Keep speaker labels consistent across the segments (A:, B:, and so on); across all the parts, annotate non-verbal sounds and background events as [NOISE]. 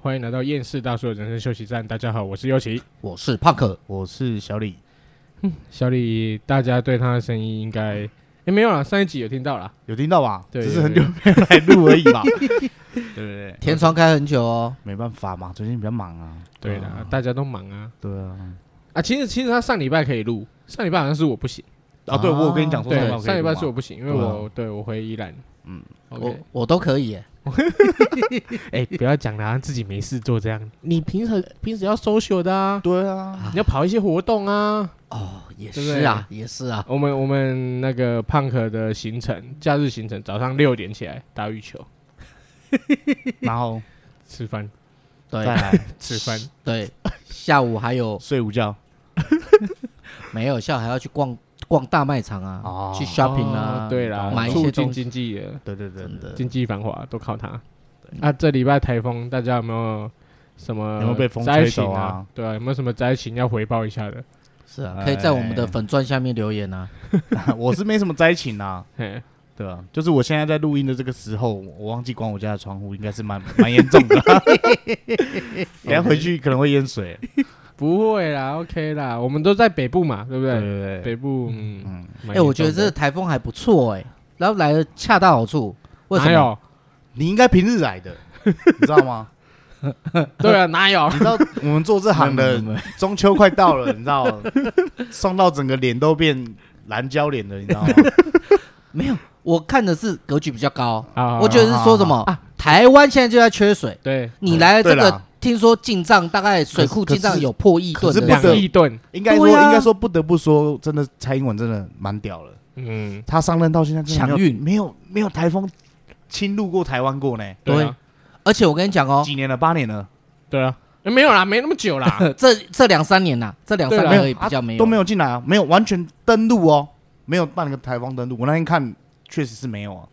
A: 欢迎来到厌世大叔的人生休息站。大家好，我是优奇。
B: 我是胖
A: 嗯
B: 可，
C: 我是小李，
A: 小李，大家对他的声音应该也没有啦，上一集有听到啦。
C: 有听到吧？
A: 对
C: 只是很久没有来录而已嘛。对对对，
B: 天窗开很久哦。
C: 没办法嘛，最近比较忙啊。
A: 对的、
C: 啊
A: 大家都忙啊
C: 对啊。
A: 啊！其实其实他上礼拜可以录，上礼拜好像是我不行，
C: 啊，对，
B: 啊
C: 我有跟你讲说
A: 对
C: 可以录，嘛
A: 上礼拜是我不行，因为
C: 对啊
A: 我对我回宜兰，嗯
B: 我
A: ，OK，
B: 我都可以耶，
A: 哎，不要讲了，好像自己没事做这样，你平时平时要 social 的啊，
C: 对啊，
A: 你要跑一些活动啊，
B: 哦，也
A: 对不
B: 是
A: 对
B: 啊，也是啊，
A: 我们我们那个胖可的行程，假日行程，早上六点起来打羽球、
C: [LAUGHS] 然后
A: 吃饭、
B: 对
C: 再来
A: 吃饭，
B: 对，下午还有
C: 睡午觉
B: 没有下午还要去逛逛大卖场啊，
C: 哦
B: 去 shopping 啊，
A: 哦对啦，
B: 买一
A: 促
B: 些
A: 进
B: 东西，
A: 经济的
C: 对对对 [LAUGHS]
B: 真
C: 对，
B: 的
A: 经济繁华都靠它。啊，这礼拜台风，大家有没有什么
C: 有没有被风
A: 灾
C: 吹
A: 情
C: 走啊
A: 啊？对啊，有没有什么灾情要回报一下的？
B: 是啊，可以在我
A: 哎
B: 们的粉钻下面留言啊。
C: 我是没什么灾情啊。
A: 嘿，
C: 对啊，就是我现在在录音的这个时候，我忘记关我家的窗户，应该是蛮蛮严重的。等一下回去可能会淹水。
A: 不会啦，OK 啦，我们都在北部嘛，对不
C: 对
A: 对？
C: 对对，
A: 北部，嗯，
C: 嗯，
A: 哎
B: 哎，我觉得这台风还不错哎，然后来的恰到好处。为什
A: 哪
B: 么？
A: 有？
C: 你应该平日来的，你知道吗？
A: 对
B: [LAUGHS]
A: 啊，哪有
C: 你？知道我们做这行的
B: 没有没有没有
C: 中秋快到了，你知道，
B: [LAUGHS]
C: 送到整个脸都变蓝胶脸了，你知道吗？
B: [LAUGHS] 没有，我看的是格局比较高，
A: 啊
B: 我觉得是说什么台湾现在就在缺水，
A: 对，
B: 你来了这
C: 嗯对
B: 个
C: 啦，
B: 听说进账大概水库
C: 可
B: 进
C: 是
B: 账有破亿吨
C: 可是
B: 的
C: 不得
A: 两亿吨，
C: 应该说，
B: 对啊
C: 应该说，不得不说，真的蔡英文真的蛮屌了。
A: 嗯，
C: 他上任到现在真的没有，
B: 强运
C: 没有没有台风侵入过台湾过呢，
A: 对啊，
B: 而且我跟你讲哦，
C: 几年了，八年了
A: 对啊，哎没有啦，没那么久啦，
B: [LAUGHS] 这这两三年呐、这两三
A: 对啦
B: 年而已
C: 没有
B: 比较没有，
C: 都没有进来啊，没有完全登陆哦，没有办那个台风登陆。我那天看确实是没有啊，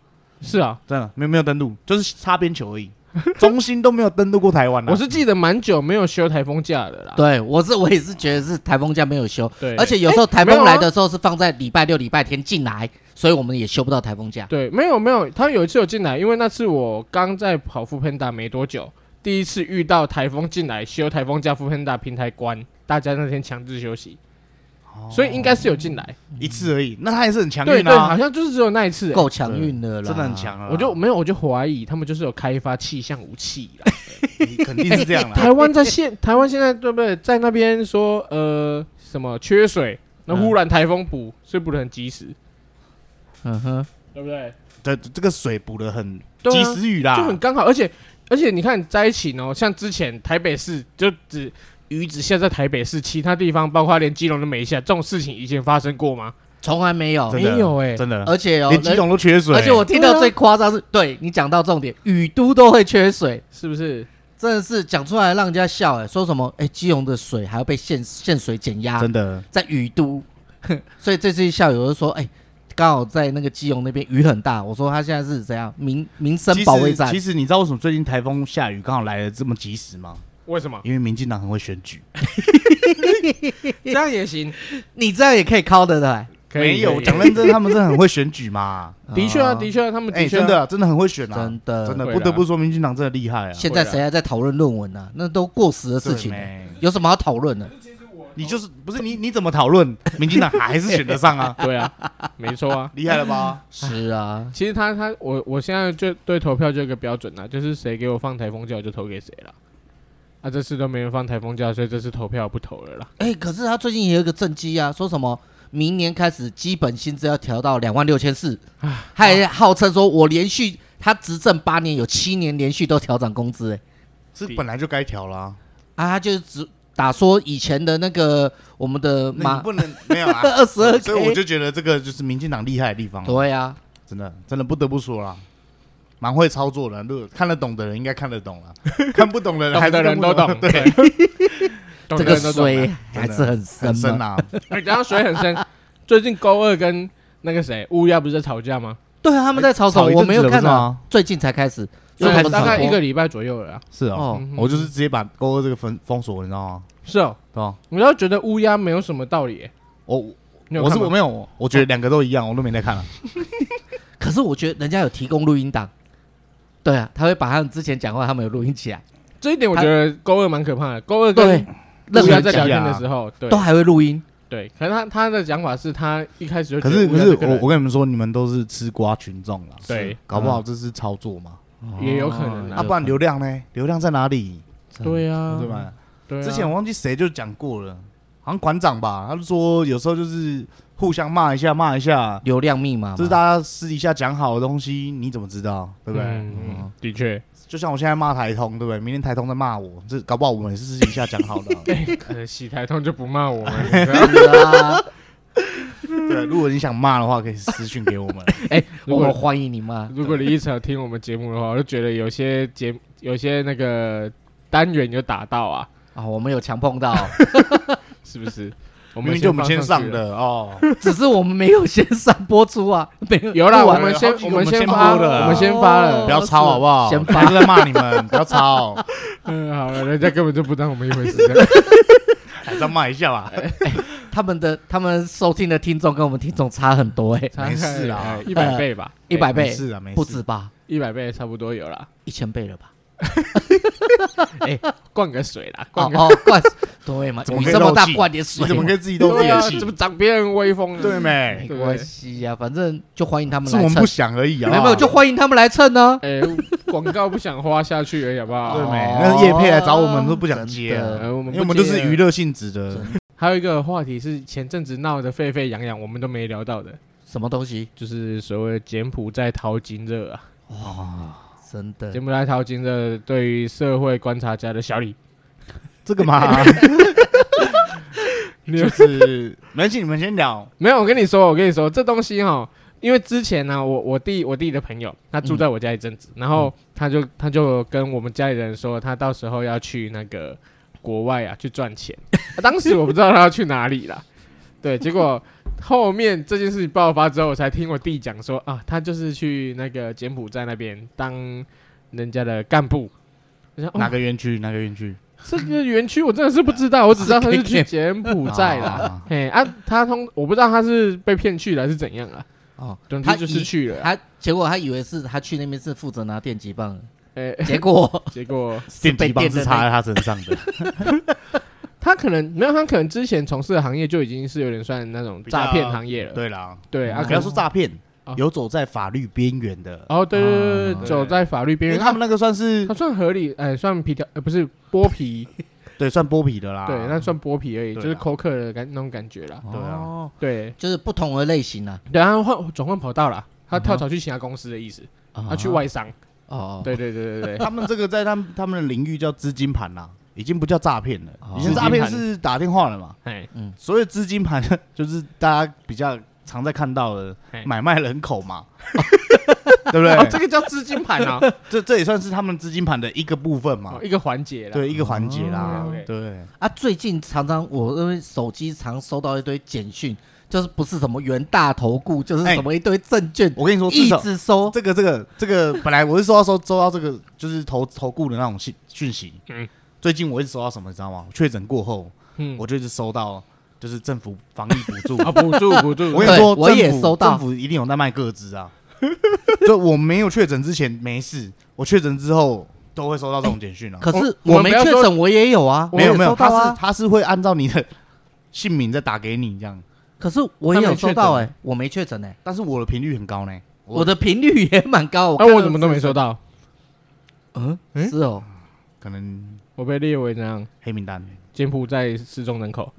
A: 是啊，
C: 真的没有没有登陆，就是擦边球
B: [LAUGHS]
C: 而已，中心都没有登陆过台湾啊。
A: 我是记得蛮久没有休台风假的啦。
B: 嗯对，我是我也是觉得是台风假没有休，
A: 对，
B: 而且有时
C: 哎
B: 候台
A: 没有
B: 风
A: 啊
B: 来的时候是放在礼拜六、礼拜天进来，所以我们也休不到台风假。
A: 对，没有没有，他有一次有进来，因为那次我刚在跑富喷达没多久，第一次遇到台风进来休台风假，富喷达平台关，大家那天强制休息，所以应该是有进来。
C: 一次而已，那他也是很强
A: 哦对
C: 运
A: 对，好
C: 啊，
A: 像就是只有那一次、欸
B: 够强运的了啦，
C: 真的很。强啊。
A: 我就没有，我就怀疑他们就是有开发气象武器 [LAUGHS] 啦。
C: 你肯定是这样
B: [LAUGHS]
C: 啦。
A: 台湾在现，台湾现在对不对？在那边说呃什么缺水，那忽然台风补，所以补的很及时，
B: 嗯哼，
A: 对不对？
C: 这这个水补的很
A: 对
C: 及
A: 啊
C: 时雨啦，
A: 就很刚好，而且而且你看灾情哦，像之前台北市就只雨只下在台北市，其他地方包括连基隆都没下，这种事情以前发生过吗？
B: 从来没有
C: 真，
A: 没有欸
C: 的真的，
B: 而且哦，
C: 连基隆都缺水。
B: 而且我听
A: 对
B: 到
A: 啊
B: 最夸张是，对你讲到重点，雨都都会缺水，
A: 是不是？
B: 真的是讲出来让人家笑哎、说什么哎、基隆的水还要被限限水减压，
C: 真的
B: 在雨都， [LAUGHS] 所以这次校友就说，哎、刚好在那个基隆那边雨很大，我说他现在是怎样民民生
C: 其实
B: 保卫战
C: 其，实你知道为什么最近台风下雨刚好来的这么及时吗？
A: 为什么
C: 因为民进党很会选举。
A: 这样也行？
B: 你这样也可以 call 得
C: 啊
B: 来，
A: 可以
C: 没有，
A: 可以
C: 讲认真，他们真的很会选
A: [LAUGHS]
C: 举嘛。
A: 的确啊，
B: 哦
A: 的确啊，他们
C: 哎，
A: 的确啊
C: 真的真的很会选啊，
B: 真的
C: 真的
A: 会啦，
C: 不得不说，民进党真的厉害啊。
B: 现在谁还在讨论论文呢、那都过时的事情了，
C: 对没
B: 有什么好讨论的？
C: 你就是不是你你怎么讨论，民进党还是选得上啊
A: [LAUGHS] 对
C: [LAUGHS]
A: 啊，没错啊。
C: 厉害了吧？
B: 是啊，
A: 其实他他我我现在就对投票就有一个标准啦，就是谁给我放台风假我就投给谁啦。啊，这次都没人放台风假，所以这次投票不投了啦。
B: 哎、可是他最近也有一个政绩啊，说什么？明年开始，基本薪资要调到两万六千四，还号称说我连续他执政八年，有七年连续都调涨工资、哎。
C: 是本来就该调啦，
B: 啊，他就是只打说以前的那个我们的
C: 那
B: 马
C: 你不能没有
B: [LAUGHS]
C: 啊。
B: 二十二 K，
C: 所以我就觉得这个就是民进党厉害的地方啊。
B: 对啊，
C: 真的真的不得不说啦，蛮会操作的。如果看得懂的人应该看得懂了， [LAUGHS] 看不懂的人还
A: 懂
C: 是
A: 的人都
C: 看不
A: 懂，
C: 对，
A: 对，
C: [LAUGHS]
A: 懂
B: 这
A: 的
B: 个
A: 人都懂啊。
B: 水
C: 真
B: [LAUGHS] 还
C: 的
B: 是很深
C: 很深
B: 嘛。
A: [LAUGHS]
C: 啊。
A: 哎，讲到水很深，最近勾二跟那个谁乌鸦不是在吵架吗？
B: 对啊，他们在吵什
A: 哎
B: 么？
C: 吵一阵
B: 我
C: 子
B: 没有看
C: 了不是
B: 到
C: 吗，
B: 最近才开始，所
C: 又
B: 以我
C: 开
B: 们
C: 始
A: 大
B: 直
A: 概
B: 播
A: 一个礼拜左右了啦。
C: 是哦，
B: 哦，
A: 嗯
C: 我就是直接把勾勾这个封封锁，你知道吗？
A: 是哦，
C: 对吧？
A: 我要觉得乌鸦没有什么道理欸。
C: 我我
A: 你有
C: 我
A: 看
C: 是
A: 吗
C: 我没有，我觉得两个都一样，我都没在看啊了。
B: 可是我觉得人家有提供录音档。对啊，他会把他们之前讲话，他们有录音起来。
A: 这一点我觉得勾二蛮可怕的。勾二
B: 对
A: 跟
B: 任
A: 乌
B: 何
A: 鸦
B: 人
A: 在
B: 讲
A: 聊天
C: 啊
A: 的时候，对
B: 都还会录音，
A: 对，可是他他的讲法是他一开始就
C: 可
A: 觉得
C: 是
A: 乌
C: 可
A: 鸦
C: 是
A: 这个
C: 我
A: 人
C: 我跟你们说，你们都是吃瓜群众啦，
A: 对嗯
C: 搞不好这是操作嘛。
A: 也有可能
C: 啊，
A: 啊，
C: 不然流量呢？流量在哪里？
A: 对啊，
C: 对吧？
A: 对啊，
C: 之前我忘记谁就讲过了，好像馆长吧，他就说有时候就是互相骂一下骂一下，
B: 流量密码嘛，
C: 这是大家私底下讲好的东西，你怎么知道？对不对？
A: 嗯嗯的确， [LAUGHS]
C: 就像我现在骂台通，对不对？明天台通在骂我，这搞不好我们也是私底下讲好的啊。
A: 哎可惜台通就不骂我们，你知道吗 [LAUGHS]
B: 是啊，
C: 对，如果你想骂的话，可以私信给我们。
A: 如
B: [LAUGHS] 我们
A: 果
B: 欢迎你嘛，
A: 如果李一成有听我们节目的话，我就觉得有些节有些那个单元有打到啊，
B: 啊，我们有强碰
A: [LAUGHS]
B: 到，
A: 是不
C: [LAUGHS]
A: 是？我
C: 我
A: 们
C: 就我们先
A: 放
C: 上
A: 去了，
C: 的哦，
B: 只是我们没有先上播出啊，没有
A: 有啦，
B: 录
A: 我
B: 完
A: 们
C: 了
A: 先
C: 好几个
A: 我
C: 我
A: 们
C: 们先
A: 先
C: 播
A: 发
C: 了啊哦
A: 了，我们先发了
C: 不。要吵好不好？
B: 先
C: 还是在骂你们，不要吵，
A: 嗯，好了，人家根本就不当我们一
C: [LAUGHS]
A: 回事。
C: 还是要骂一下吧。
B: 他们的他们收听的听众跟我们听众差很多哎、
A: 差
C: 没事啦哎
A: 一百倍吧，哎
B: 一百倍
C: 是啊，没事
B: 不止吧，
A: 一百倍差不多有啦，
B: 一千倍了吧？
A: 灌个水啦，
B: 哦
A: 灌个
B: 哦，灌对嘛？
C: 怎么
B: 你
C: 可以
B: 这么大
C: 漏气
B: 灌点水
C: 你，怎么可以自己斗自
A: 对
C: 己
A: 啊
C: 的，气
A: 怎？么长别人威风呢？
C: 对没？
B: 没关系呀、反正就欢迎他们
C: 是
B: 来
C: 我们
B: 蹭
C: 不，想而已啊。
B: 嗯没有没有，就欢迎他们来蹭呢、
A: 哎，广告不想花下去而已，好不
C: 对
A: 好？
C: 没
B: 哦？
C: 那叶配来找我们都不想接啊
B: 真的
A: 呃，我们
C: 因为
A: 不
C: 我们都是
A: 接
C: 娱。乐性质的，
A: 还有一个话题是前阵子闹得沸沸扬扬，我们都没聊到的，
B: 什么东西？
A: 就是所谓的柬埔寨淘金热啊。
B: 真的
A: 柬埔寨淘金热对于社会观察家的小李，
C: 这个嘛， [LAUGHS]
A: 你有
C: 就是没关系，你们先聊。
A: 没有，我跟你说，我跟你说，这东西哈，因为之前呢、我我弟我弟的朋友，他住在我家一阵子，然后他就他就跟我们家里人说，他到时候要去那个国外啊去赚钱、 [LAUGHS] 啊当时我不知道他要去哪里啦，对，结果后面这件事情爆发之后，我才听我弟讲说啊，他就是去那个柬埔寨那边当人家的干部。我想、哦、
C: 哪个园区？哪个园区？
A: 这个园区我真的是不知道，我只知道他是去柬埔寨啦
C: [LAUGHS] 啊。
A: 嘿啊，他通我不知道他是被骗去的还是怎样啊，
B: 哦，
A: 总
B: 他
A: 之就是
B: 以
A: 去
B: [LAUGHS]
A: 了啊。
B: 他结果他以为是他去那边是负责拿电击棒
C: [LAUGHS]
B: 的，
A: 哎，
B: 结果
A: 结果
B: 是
C: 电
B: 被
C: 击棒
B: 电
C: 是
B: 的
C: 插
B: 那
C: 在他身上的，
A: [LAUGHS]
C: [LAUGHS]
A: 他可能没有，他可能之前从事的行业就已经是有点算那种
C: 比较
A: 诈骗行业了。
C: 对啦，
A: 对啊，
C: 啊，
A: 可
C: 不要
A: 能
C: 说诈骗
A: 哦，
C: 游走在法律边缘的，
A: 哦，对对对
C: 啊
A: 对，走在法律
C: 因
A: 边
C: 为
A: 缘，
C: 他们那个算是
A: 他算合理，哎，算皮条，呃，不是剥皮，
C: 对算剥皮的啦。
A: 对，那算剥皮而已，就
C: 啊对啊
A: 是扣客的感那种感觉啦。
C: 对啊
B: 哦
A: 对，
B: 就是不同的类型啊，
A: 然后换转换跑道啦，他跳槽去其他公司的意思，他
B: 啊
A: 去外商。
B: 哦，
A: 对对对
C: [LAUGHS]
A: 对对，
C: 他们这个在他们他们的领域叫资金盘啦，已经不叫诈骗了
B: 哦。
C: 以前诈骗是打电话了嘛，
A: 哎，
C: 所有资金盘 [LAUGHS] 就是大家比较常在看到的
A: 嘿
C: 买卖人口 [LAUGHS] 嘛，对不对？
A: 哦，这个叫资金盘啊。
C: 这这也算是他们资金盘的一个部分嘛
A: [LAUGHS] 哦，，一个环节啦。
C: 对一个环节啦
A: 哦，
C: 对，
B: 啊，最近常常我因为手机常收到一堆简讯，就是不是什么元大投顾，就是
C: 哎
B: 什么一堆证券，
C: 我跟你说，至
B: 一
C: 少
B: 直
A: 哦
B: 收，
C: 这个这个这个，本来我是收到收收到这个就是投投顾的那种信讯息，
A: 嗯
C: 最近我一直收到什么，你知道吗？确诊过后，
A: 嗯，
C: 我就一直收到就是政府防疫补助，
A: [LAUGHS] 啊，补助补助，
C: 我跟你说，
B: 对我也
C: 政府
B: 收到
C: 政府一定有在卖各自啊。 [LAUGHS] 就我没有确诊之前没事，我确诊之后都会收到这种简讯啊。
B: 可是
A: 我
B: 我
A: 我们
B: 没
A: 不要
B: 确
A: 说
B: 诊，我也有啊，
C: 没有
B: 我也
C: 没有，
B: 收到
C: 他是
B: 啊，
C: 他是会按照你的 [LAUGHS] 姓名再打给你这样，
B: 可是我也有收到
C: 他
B: 哎、
C: 没
B: 我没确诊哎，
C: 但是我的频率很高呢。
B: 我的频率也蛮高，我
A: 哎，
B: 看
A: 我
B: 到
A: 怎么都没收到，
B: 嗯
A: 嗯
B: 是哦，
C: 可能
A: 我被列为那样
C: 黑名单。
A: 柬埔寨失踪人口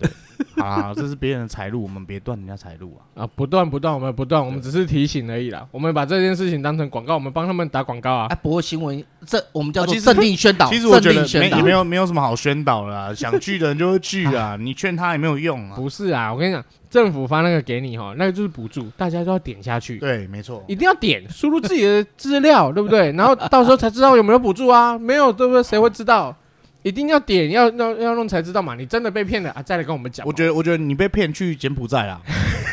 C: 好啦，这是别人的财路，我们别断人家财路啊。
A: 啊，不断不断，我们不断，我们只是提醒而已啦。我们把这件事情当成广告，我们帮他们打广告啊
B: 哎、。不过新闻这我们叫
C: 啊
B: 做
C: 其实
B: 政令宣导，
C: 其实我觉
B: 政
C: 得
B: 令宣
C: 没
B: 导
C: 也没有没有什么好宣导啦、想去的人就会去
A: [LAUGHS]
C: 啊，你劝他也没有用啊。
A: 不是啊，我跟你讲，政府发那个给你哈，那个就是补助，大家都要点下去，
C: 对，没错。
A: 一定要点，输入自己的资料，对不对？然后到时候才知道有没有补助啊，没有对不对？谁会知道？一定要点，要要要弄才知道嘛。你真的被骗了啊，再来跟我们讲嘛。
C: 我觉得，我觉得你被骗去柬埔寨
A: [LAUGHS]
C: 啦，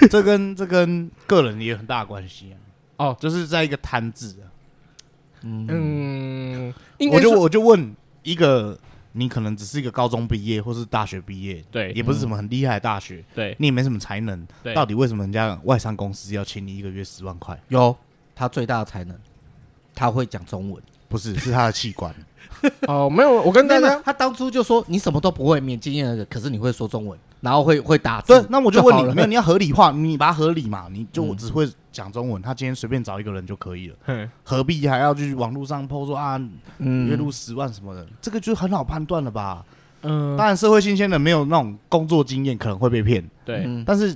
C: 这跟这跟个人也有很大的关系、啊。
A: 哦
C: 就是在一个贪字、啊，
B: 嗯，
A: 嗯，应该
C: 我就
A: 说
C: 我就问一个，你可能只是一个高中毕业或是大学毕业，
A: 对
C: 也不是什么很厉害的大学，
A: 对
C: 你也没什么才能，
A: 对
C: 到底为什么人家外商公司要请你一个月十万块？
B: 有他最大的才能，他会讲中文，
C: 不是，是他的器官，
A: 哦，没有，我跟大
B: 那
C: 啊
A: 家
B: 啊他当初就说你什么都不会，免经验的，可是你会说中文，然后会会打字。
C: 对，那我就
B: 好
C: 问
B: 了
C: 你，没有，你要合理化，你把它合理嘛，你就
B: 嗯
C: 只会讲中文，他今天随便找一个人就可以了，
A: 嗯
C: 何必还要去网络上 PO 说啊月入
B: 嗯，
C: 十万什么的，这个就很好判断了吧？
A: 嗯，
C: 当然，社会新鲜人没有那种工作经验，可能会被骗，
A: 对，
B: 嗯
C: 但是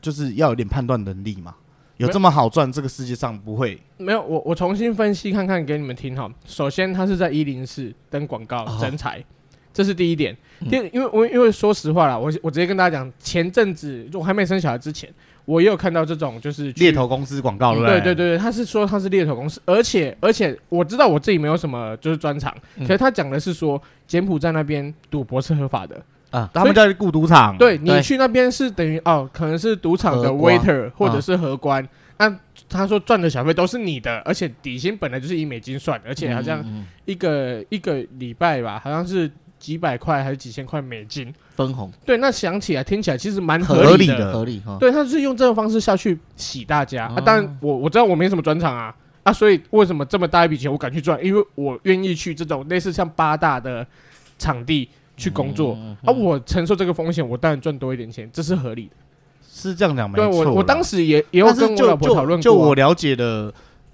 C: 就是要有点判断能力嘛。有这么好赚，这个世界上不会
A: 没有，我我重新分析看看给你们听哈。首先，它是在一零四登广告
B: 哦
A: 征才，这是第一点。第二，因为我因为说实话啦，我我直接跟大家讲，前阵子我还没生小孩之前，我也有看到这种就是去
C: 猎头公司广
A: 嗯
C: 告，不
A: 对对
C: 对？
A: 对，他是说他是猎头公司，而且而且我知道我自己没有什么就是专长，
B: 嗯
A: 可是他讲的是说柬埔寨那边赌博是合法的，
C: 他们叫雇赌场，
A: 对你
B: 对
A: 去那边是等于哦，可能是赌场的
B: 荷官
A: waiter 或者是荷官，那他说赚的小费都是你的，而且底薪本来就是以美金算，而且好像
B: 嗯嗯嗯
A: 一个一个礼拜吧，好像是几百块还是几千块美金，
B: 分红
A: 对，那想起来听起来其实蛮
C: 合
A: 理
C: 理
A: 的
C: 的，
B: 合理哈。
A: 对，他是用这种方式下去洗大家。啊
B: 哦
A: 当然我我知道我没什么专长啊啊，所以为什么这么大一笔钱我敢去赚？因为我愿意去这种类似像八大的场地去工作、
C: 嗯
A: 啊，我承受这个风险，我当然赚多一点钱，这是合理的。
C: 是这样讲没
A: 对啊
C: 错啦。
A: 我我当时也也有
C: 但是
A: 跟我
C: 就
A: 老婆
C: 就
A: 讨论过啊，
C: 就我了解的，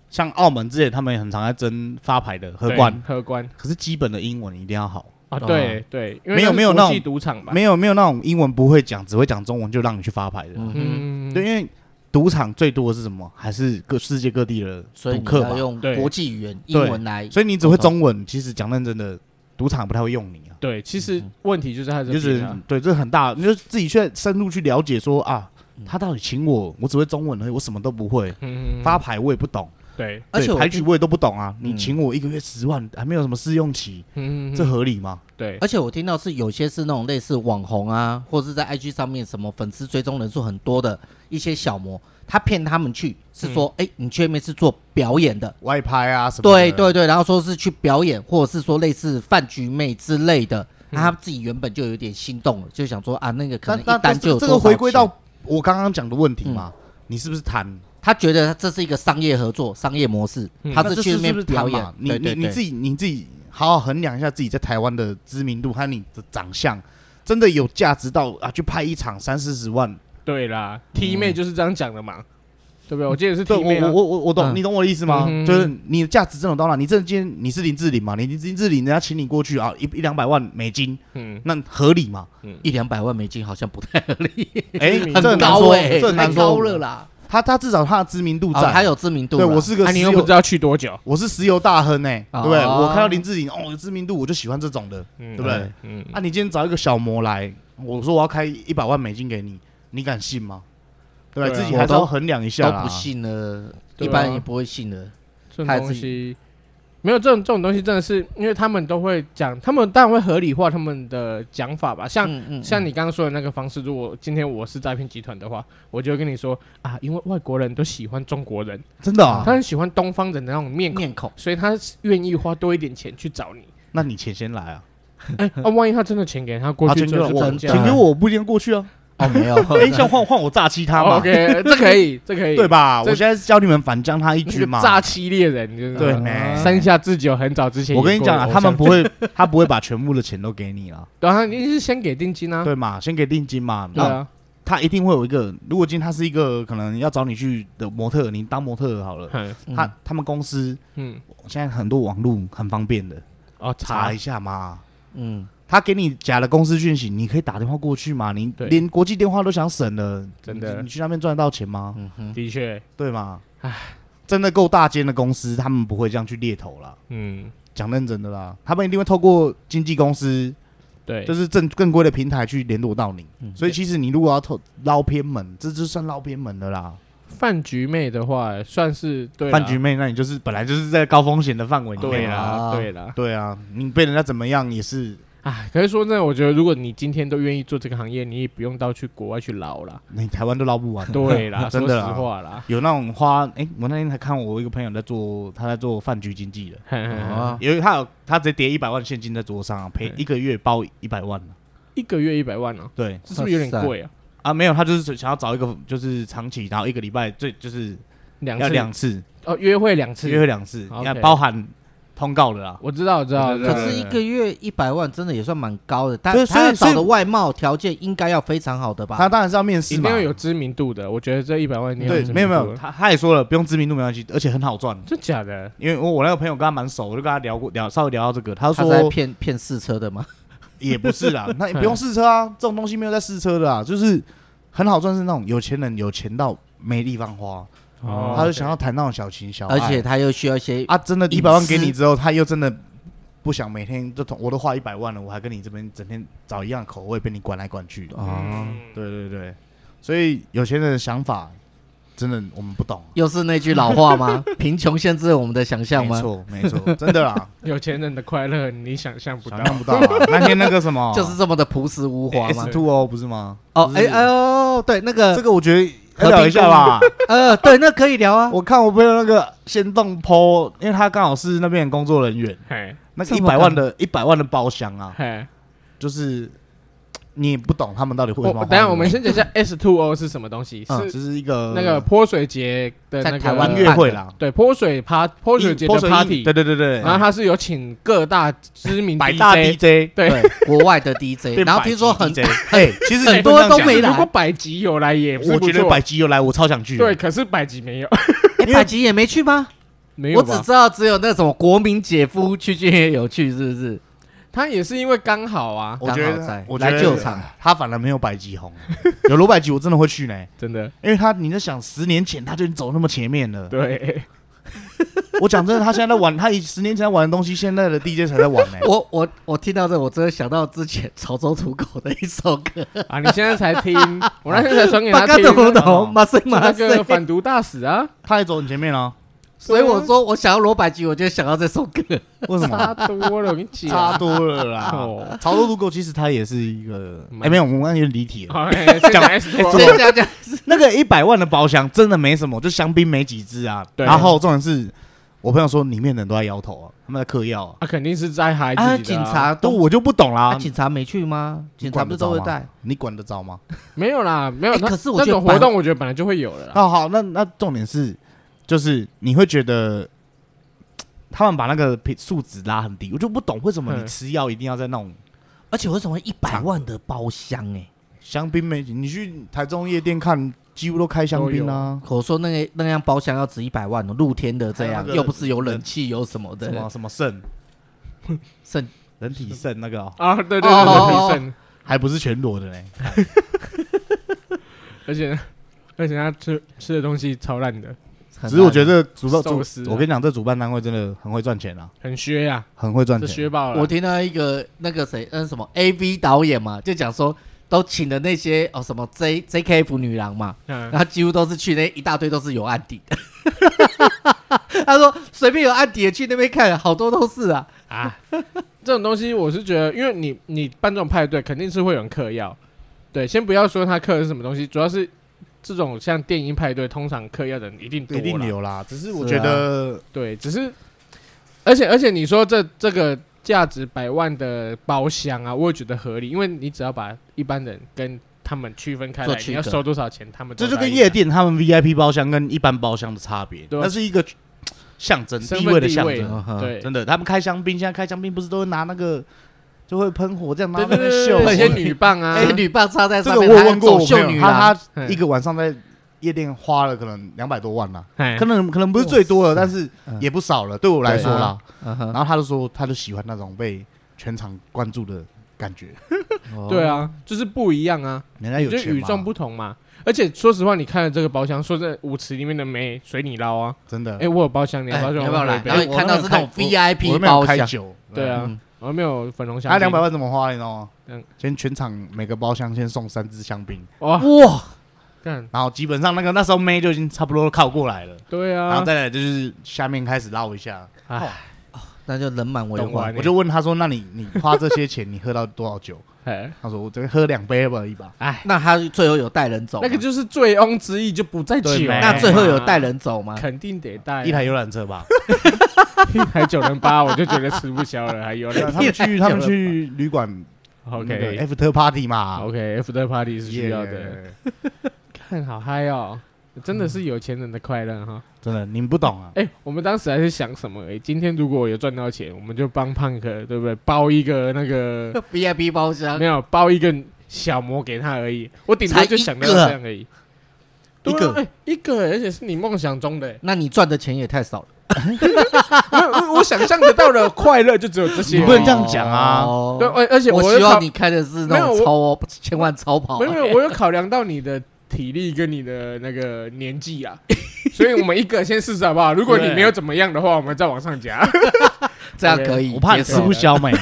C: 像澳门之前他们也很常在争发牌的荷
A: 对
C: 官，
A: 荷官
C: 可是基本的英文一定要好，
A: 啊，
B: 哦
A: 对对，因为
C: 没有
A: 是
C: 没有那
A: 国际
C: 种
A: 赌场
B: 嗯
A: 吧，
C: 没有没有那种英文不会讲，只会讲中文就让你去发牌的。
B: 嗯，
A: 嗯，
C: 对，因为赌场最多的是什么？还是各世界各地的
B: 所以
C: 赌
B: 你
C: 客
B: 要
C: 嘛。
B: 用
A: 对
B: 国际语言英文来，
C: 所以你只会中文，其实讲认真的，赌场不太会用你啊。
A: 对，其实问题就是他
C: 就
A: 这
C: 是
A: 边啊
C: 对，这很大，你就自己去深入去了解说啊，
B: 嗯
C: 他到底请我，我只会中文而已，我什么都不会，
A: 嗯
C: 发牌我也不懂，
A: 对，
B: 而且
C: 对
B: 我
C: 牌局我也都不懂啊。
B: 嗯
C: 你请我一个月十万，还没有什么试用期，
A: 嗯，
C: 这合理吗？
A: 对
B: 而且我听到是有些是那种类似网红啊，或者是在 IG 上面什么粉丝追踪人数很多的一些小模，他骗他们去
A: 嗯
B: 是说，哎、你去那边是做表演的，
C: 外拍啊什么？
B: 对对，对，然后说是去表演，或者是说类似饭局妹之
A: 嗯
B: 类的，那、他自己原本就有点心动了，就想说啊，那个可
C: 那
B: 能
C: 那
B: 一单就有
C: 这
B: 多
C: 个
B: 少
C: 回归
B: 钱嗯
C: 到我刚刚讲的问题嘛，你是不是贪？
B: 他觉得这是一个商业合作、商业模式，
A: 嗯
B: 他
C: 那这
B: 去那
C: 是不
B: 边
C: 是
B: 表
C: 贪
B: 演
C: 嘛？，你
B: 对
C: 你
B: 对
C: 你
B: 对，
C: 自己你自己好好衡量一下自己在台湾的知名度和你的长相，真的有价值到啊去拍一场三四十万？
A: 对啦，T 妹就是这样讲的嘛，对不对？我记得是
C: 嗯对
A: T 妹啊
C: 我我，我我我懂，
B: 嗯
C: 你懂我的意思吗
A: 嗯哼？
C: 就是你的价值真的有到哪？你这今天你是林志玲嘛？你林志玲人家请你过去啊，一一两百万美金，
A: 嗯，
C: 那合理
B: [LAUGHS]
C: 嘛？
B: 一两百万美金好像不太合理，
C: 哎，
A: 很
C: 这很难
B: 高
C: 说，
B: 哎、
C: 这很
B: 太
C: 难
B: 高
C: 说。
B: 了啦，
C: 他他至少他的知名度
B: 哦，
C: 在，
B: 他有知名度啦，
C: 对我是个
A: 啊，
C: 石
A: 你又不知
C: 油，
A: 道去多久，
C: 我是石油大亨哎，
B: 哦
A: 啊
C: 对不对？我看到林志玲哦，有知名度我就喜欢这种的。
A: 对
C: 对不对？
A: 嗯，
C: 啊，你今天找一个小模来，我说我要开一百万美金给你，你敢信吗？对吧
A: 对啊
C: 自己还是要衡量一下
B: 都
C: 啦
B: 不信了，
A: 对啊
B: 一般人也不会信了。
A: 这种东西没有这种这种东西，真的是因为他们都会讲，他们当然会合理化他们的讲法吧。像、
B: 嗯嗯
A: 像你刚刚说的那个方式，如果今天我是诈骗集团的话，我就会跟你说啊，因为外国人都喜欢中国人，
C: 真的啊
A: 他？很喜欢东方人的那种面孔，
B: 面孔，
A: 所以他愿意花多一点钱去找你。
C: 那你钱先来啊，
A: 哎、啊，万一他真的钱给他过
C: 啊
A: 去
C: 钱给
A: 就
C: 我
A: 是
C: 我
A: 增
B: 真
A: 加。
C: 钱给我，我不一定过
A: [LAUGHS]
C: 去啊。
B: 哦，没有，
C: [LAUGHS] 哎，像换换我诈欺他嘛，
A: 哦 OK，这可以，这可以，
C: 对？吧？
A: 这
C: 我现在教你们反将他一
A: 那
C: 军
A: 个
C: 嘛。
A: 诈欺啊猎人就是
C: 对
A: 那种
C: 没
A: 山下智久很早之前也
C: 我
A: 过了，
C: 跟你讲啊，
A: 我
C: 他们
A: 相
C: 不会，他不会把全部的钱都给你
A: [LAUGHS]
C: 啊，
A: 对啊，你是先给定金啊？
C: 对嘛？先给定金嘛，
A: 对
C: 那
A: 啊，
C: 他一定会有一个。如果今天他是一个可能要找你去的模特儿，你当模特儿好了，
A: 嗯
B: 嗯
C: 他他们公司
A: 嗯，
C: 现在很多网路很方便的，
A: 哦，
C: 查
A: 查
C: 一下嘛。
B: 嗯，
C: 他给你假的公司讯息，你可以打电话过去嘛？你
A: 对
C: 连国际电话都想省了，
A: 真的
C: 你你去那边赚得到钱
B: 嗯
C: 吗？
A: 的确，
C: 对吗？真的够大间的公司，他们不会这样去猎头啦。
A: 嗯，
C: 讲认真的啦，他们一定会透过经纪公司，
A: 对，
C: 就是是正正规的平台去联络到你。
B: 嗯
C: 所以其实你如果要偷捞偏门，这就算捞偏门的啦。
A: 饭局妹的话，算是对啦
C: 饭局妹，那你就是本来就是在高风险的范围里
A: 对
C: 面
A: 啦，
B: 啊
A: 对啦，
C: 啊对啊，你被人家怎么样也是，
A: 哎，可是说真的，我觉得如果你今天都愿意做这个行业，你也不用到去国外去捞啦。
C: 你台湾都捞不完。
A: 对啦，
C: [LAUGHS] 真的
A: 说
C: 啊
A: 实话啦，
C: 有那种花，哎、我那天还看我一个朋友在做，他在做饭局经济的，
A: [LAUGHS] 嘿嘿嘿
B: 啊，
C: 因为他有他直接叠一百万现金在桌上、啊，赔
A: 嗯
C: 一个月包一百万、啊、
A: 一个月一百万哦，
C: 对
A: 这是不是有点
B: 哇塞
A: 贵啊？
C: 啊，没有，他就是想要找一个就是长期，然后一个礼拜最就是
A: 两
C: 要
A: 次
C: 两次
A: 哦，约会两次
C: 约会两次，
A: OK
C: 要包含通告的啦。
A: 我知道，我知道，我知
C: 对
A: 道
B: 可是一个月一百万真的也算蛮高的，但
C: 所以所以
B: 他找
C: 所
B: 的
C: 以
B: 外貌条件应该要非常好的
C: 他
B: 吧？
C: 当然是要面试
A: 一定
C: 嘛
A: 要。有知名度的。我觉得这一百万一定要
C: 对，
A: 知名
C: 没有没
A: 度
C: 有，
A: 的，
C: 他他也说了，不用知名度没关系，而且很好赚。
A: 真假的？
C: 因为我我那个朋友跟他蛮熟，我就跟他聊过聊，稍微聊到这个，他
B: 他是在
C: 说
B: 骗骗试车的吗？
C: 也不是
B: [LAUGHS]
C: 啦，那也不用试车啊，这种东西没有在试车的啊， [LAUGHS] 就是很好赚，是那种有钱人有钱到没地方花，
A: 哦
C: 他就想要谈那种小情小爱，
B: 而且他又需要一些
C: 啊，真的，
B: 隐
C: 一百万给
B: 私
C: 你之后，他又真的不想每天就同我都花一百万了，我还跟你这边整天找一样口味被你管来管去的。
B: 哦，
A: 嗯
C: 对对对，所以有钱人的想法真的我们不懂，
B: [LAUGHS] 又是那句老话吗？ [LAUGHS] 贫穷限制了我们的想象
C: 没
B: 吗？
C: 错没错，真的
B: [LAUGHS]
C: 啦，
A: 有钱人的快乐你想象不到
C: 想。象不到啊。那天那个什么，
B: 就是这么的朴实无华吗
C: S？two 哦，不是吗？
B: 哦，
C: 不
B: 哎
C: 是
B: 哎呦，对，那
C: 这
B: 个
C: 个我觉得
B: 和平
C: 聊一下吧。
B: 呃，对，那可以聊啊。
C: [LAUGHS] 我看我朋友那个先动 PO，因为他刚好是那边的工作人员，
A: 嘿，
C: 那个
B: 这
C: 一
B: 么
C: 百万的一百万的包厢啊，
A: 嘿，
C: 就是你也不懂他们到底会
A: 我
C: 什么花
A: 等
C: 那个。
A: 一下我们先讲一
C: [LAUGHS]
A: 下 S two O 是什么东西，
B: 嗯
A: 是
C: 这是呃一个
A: 那个呃泼水节的那
B: 在
A: 个
B: 台湾
C: 音乐会啦，
A: 对泼水趴泼水节的
C: 嗯泼水
A: party，
C: 对对对对，
A: 然后他是有请各大知名
C: 百大
A: DJ
C: DJ，
A: 对 [LAUGHS]
B: 对，国外的 DJ，
C: 变
B: 然后
C: 百
B: 听
C: 集
B: 说很
C: DJ，哎， [LAUGHS] 其实
B: 很
C: 你
B: 多
C: 不能这样
B: 都
C: 想
B: 没来
A: 如果百集有来也是
C: 我
A: 不
C: 觉得
A: 错
C: 百集有来，我超想去。
A: 对，，可是百集没有，
B: 哎，百吉也没去吗？
A: 没
B: 我
A: 有
B: 只
A: 吧？
B: 知道只有那种国民姐夫去去也有去，是不是？
A: 他也是因为刚好啊，
C: 我觉
B: 刚好
C: 得
B: 在
C: 我觉得
B: 来救场，
C: 他反而没有百集红，有罗百集我真的会去呢，
A: 真的
C: 因为他你在想十年前他就已经走那么前面了。
A: 对，
C: 我讲真的，他现在在玩，他以十年前在玩的东西，现在的 DJ 才在玩
B: [LAUGHS]
C: 呢。
B: 我我我听到这，我真的想到之前潮州土狗的一首
C: [LAUGHS]
B: 歌，
A: 啊，你现在才听，我那天才传给他
B: 八嘎
A: 听，
B: 的红
A: 就
B: 头，马塞马
A: 那个
B: 塞。
A: 反毒大使啊，
C: 他也走你前面了，
B: 所以我说，我想要罗百吉，我就想到这首歌。
C: 为什么？
A: 差多了，我跟你讲，
C: 差多了啦。
A: 哦，
C: 潮州土狗其实他也是一个，
A: 蛮
C: 哎，没有，我们完全离题了。
A: 好，哎先
C: 讲
A: 讲 S
C: 哎
B: [LAUGHS]
A: two
C: 怎
A: O，
C: 么
B: 这样讲，
C: 那个一百万的包厢真的没什么，就香槟没几支啊。
A: 对
C: 然后重点是我朋友说里面的人都在摇头啊，他们在嗑药啊。
A: 啊，肯定是在嗨自己的
B: 啊，
A: 啊
B: 警察
C: 都
B: 都，
C: 我就不懂啦，
B: 啊，警察没去吗？警察不是都会带？
C: 你管得着吗？
A: 没有啦，没有，
B: 哎
A: 那
B: 可是我
A: 那
B: 觉得
A: 种活动我觉得本来就会有了啦，
C: 那哦好，那那重点是，就是你会觉得他们把那个品数值拉很低，我就不懂为什么你
A: 嗯
C: 吃药一定要在那种
B: 而且为什么一百万的包厢？哎，
C: 嗯香槟没？你去台中夜店看，几乎都开香槟啊，
B: 我说那个那样包厢要值一百万哦，露天的这
C: 还有
B: 样
C: 那，个
B: 又不是有冷气有什么
C: 什么
B: 的，
C: 什么肾、
B: 甚
C: 人体肾那个哦、
A: 啊，对对
B: 哦
A: 对，
B: 哦
A: 对
B: 哦
A: 很盛，
C: [LAUGHS] 还不是全裸的嘞。
A: 而且而且他吃吃的东西超烂的，
B: 很
C: 只是我
B: 烂
C: 觉得主办主
A: 寿司啊，
C: 我跟你讲，这主办单位真的很会赚钱啊，
A: 很削呀，
C: 很会赚
A: 这
C: 钱。
A: 削爆
B: 我
A: 了，
B: 听到一个那个谁，嗯，什么 A V 导演嘛，就讲说都请的那些哦什么 J J K F 女郎嘛，
A: 嗯
B: 然，后几乎都是去那一大堆都是有案底的。 [LAUGHS] 他说随便有案底的去那边看，好多都是啊。
A: 啊，这种东西我是觉得，因为你你办这种派对，肯定是会有人嗑药。对，先不要说他嗑的是什么东西，主要是这种像电音派对，通常嗑药的人一定多
C: 一
A: 啦
C: 定有啦，只是我
B: 是啊
C: 觉得
A: 对，只是，而且而且你说这这个价值百万的包厢啊，我也觉得合理，因为你只要把一般人跟他们区分开
B: 做
A: 来，
B: 区
A: 你要
B: 隔
A: 收多少钱，他们都
C: 这就
A: 在
C: 跟
A: 意
C: 夜
A: 啊
C: 店他们 VIP 包厢跟一般包厢的差别，
A: 对啊
C: 那是一个象征
A: 身
C: 地
A: 份
C: 位的
A: 地
C: 象
A: 位
C: 征。啊
A: 对
C: 真的，他们开香槟，现在开香槟不是都会拿那个就会喷火这样拿
A: 对
C: 那
A: 对
C: 个
A: 对
C: 秀
A: 对，
C: 吗
A: 有些女棒啊
B: 哎、，女棒插在
C: 嗯这
B: 上
C: 个我
B: 面，
C: 有
B: 还
C: 问过我
B: 走
C: 朋
B: 秀
C: 友，
B: 女
C: 他
B: 郎，
C: 他一个晚上在夜店花了可能两百多万啦，
A: 哎
C: 可能可能不是最多的，但是
B: 嗯
C: 也不少了，对我来说啦。
B: 嗯哼
C: 然后他就说，他就喜欢那种被全场关注的感觉，
B: 哦
A: 对，啊，就是不一样啊，
C: [LAUGHS] 人
B: 哎
C: 家有
A: 就
C: 钱
A: 与
C: 嘛
A: 众不同嘛。而且说实话，你看了这个包厢，说这舞池里面的妹随你捞啊。
C: 真的
A: 哎、。我有包厢，你要
B: 哎
A: 不要
B: 你
A: 让我
B: 要不要
A: 喝
B: 来
A: 一？杯
B: 然后你看到是那种
C: 我我
B: V
C: 没有
B: I
C: 我
B: P
C: 都没有
B: 包
C: 开
B: 厢，
C: 酒，
A: 对啊
B: 嗯，
A: 我没有粉红香
C: 他
A: 槟。
C: 两百万怎么花？你知道吗？
A: 嗯
C: 先全场每个包厢先送三支香槟，
A: 哇，
B: 哇，
A: 干
C: 然后基本上那个那时候妹就已经差不多靠过来了，
A: 对
C: 然后
A: 啊，
C: 再来就是下面开始绕一下。
B: 啊
A: 哎，
B: 那就人满为
A: 懂
B: 患
A: 完。
C: 我就问他说：“那你你花这些钱，你喝到多少酒
A: 哎？”
C: 他说：“我这个喝两杯吧，一把。
A: 哎，
B: 那他最后有带人走吗，
A: 那个就是醉翁之意就不在酒
C: 对
A: 了，
C: 没
B: 啊那最后有带人走吗？
A: 肯定得带啊
C: 一台游览车吧。
A: 一台九零八， [LAUGHS] 我就觉得吃不消了，还有
C: 他
B: 啊
A: 两
C: 们去他们去旅馆
B: 嗯
C: 那个
B: 哎
A: OK
C: after party 嘛
A: OK after party 是需要的，
C: Yeah
A: 看好嗨哦，真
B: 嗯
A: 的是有钱人的快乐哈。
C: 真的，你们不懂啊。
A: 哎、我们当时还是想什么、哎，今天如果有赚到钱，我们就帮胖哥，对不对？包一个那
C: [LAUGHS]
A: 个
B: VIP 包厢
A: 没有包一个小模给他而已，我顶多就想到
B: 才一个
A: 这样而已。对
C: 一个
A: 啊，哎、一个、而且是你梦想中的、哎
B: 那你赚的钱也太少了，
A: 我我我想象得到的快乐就只有这些
C: 你。不能这样讲啊
B: 哦
A: 对，而而且
B: 我
A: 有
B: 希
A: 考
B: 望你开的是那
A: 没
B: 种
A: 有
B: 超哦，千万超跑
A: 没。有，
C: [LAUGHS]
A: 没有我有考量到你的体力跟你的那个年纪啊，所以我们一个先试试好不好？如果你
C: 对
A: 没有怎么样的话，我们再往上
C: [LAUGHS]
A: 加。
B: 这样可以。
C: 我怕你
B: 接
C: 吃
B: 受
C: 不消没，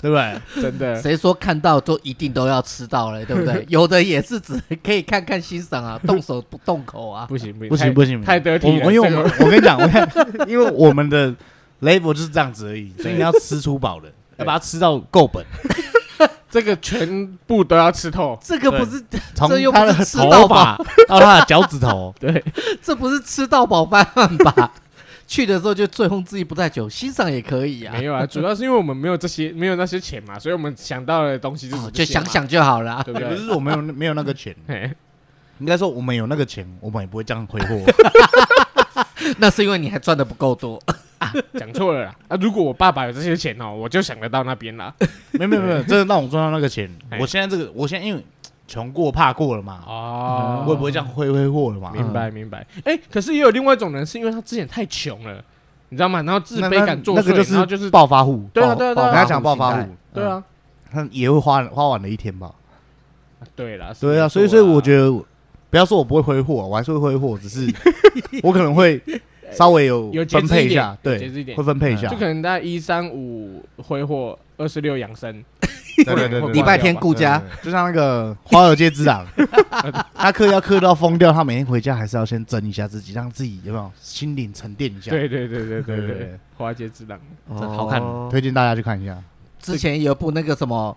C: 对不对？
A: 真的，
B: 谁说看到都一定都要吃到了，对不
C: [LAUGHS]
B: 对？有的也是只可以看看欣赏啊，动手不动口啊。
A: 不行不行
C: 不行不行，
A: 太得体了
C: 我我因为我
A: 这
C: 们我跟你讲，我看因为我们的 level 就是这样子而已，所以你要吃出饱的，要把它吃到够本，
A: 哎这个全部都要吃透。，
B: 这个不是，
C: 从
B: 这又不
C: 他的
B: 是吃到
C: 头发到他的脚趾头
A: [LAUGHS] 对，
B: [LAUGHS] 这不是吃到饱饭吧？ [LAUGHS] 去的时候就醉翁之意不在酒，欣赏也可以啊
A: 没。有啊，主要是因为我们没有这些，没有那些钱嘛，所以我们想到的东西就是
B: 哦
A: 这
B: 就
A: 些嘛
B: 想，想就好了。啊
A: 对不
C: 也不
A: 对？
C: 哎是我们有没有那
A: [LAUGHS]
C: 个钱，
A: 嘿
C: 应该说我们有那个钱，我们也不会这样挥
A: [LAUGHS]
C: 霍。
B: 那是因为你还赚的不够多。
A: 讲错了啦。 [LAUGHS] 啊，如果我爸爸有这些钱哦，我就想得到那边啦。
C: 没有没有没有，真的让我赚到那个钱
A: 哎。
C: 我现在这个，我现在因为穷过怕过了嘛，
A: [LAUGHS] 哦
C: 我也不会这样挥挥霍了嘛。
A: 明白明白。哎、可是也有另外一种人，是因为他之前太穷了，你知道吗？然后自
C: 那
A: 卑感作祟，
C: 那那个
A: 然后就
C: 就是
A: 是
C: 暴发户。
A: 对啊
C: 暴
A: 对啊对
C: 我
A: 啊
C: 刚才讲暴发户，
A: 对啊，
C: 他也会花花完了一天吧？
A: 对啦，
C: 对啊，所以所以我觉得，不要说我不会挥霍，啊我还是会挥霍，只是我可能会稍微有
A: 有节制
C: 分配
A: 一
C: 一
A: 点
C: 下，
A: 有节制一
C: 对，
A: 点
C: 会分配一
B: 嗯
C: 下
A: 就。可能大概一三五挥霍，二四六养生，
C: 对对对，对
B: 礼
A: 啊
B: 拜天顾家，
C: 对对对就像那个华尔街之狼， [LAUGHS] 他嗑药嗑到疯掉，他每天回家还是要先整一下自己，让自己有没有心灵沉淀一下。
A: 对对对对对
C: 对
A: 对，
C: 对，
A: 华街之狼，
C: 这好看
B: 哦，
C: 推荐大家去看一下。
B: 之前有一部那个什么，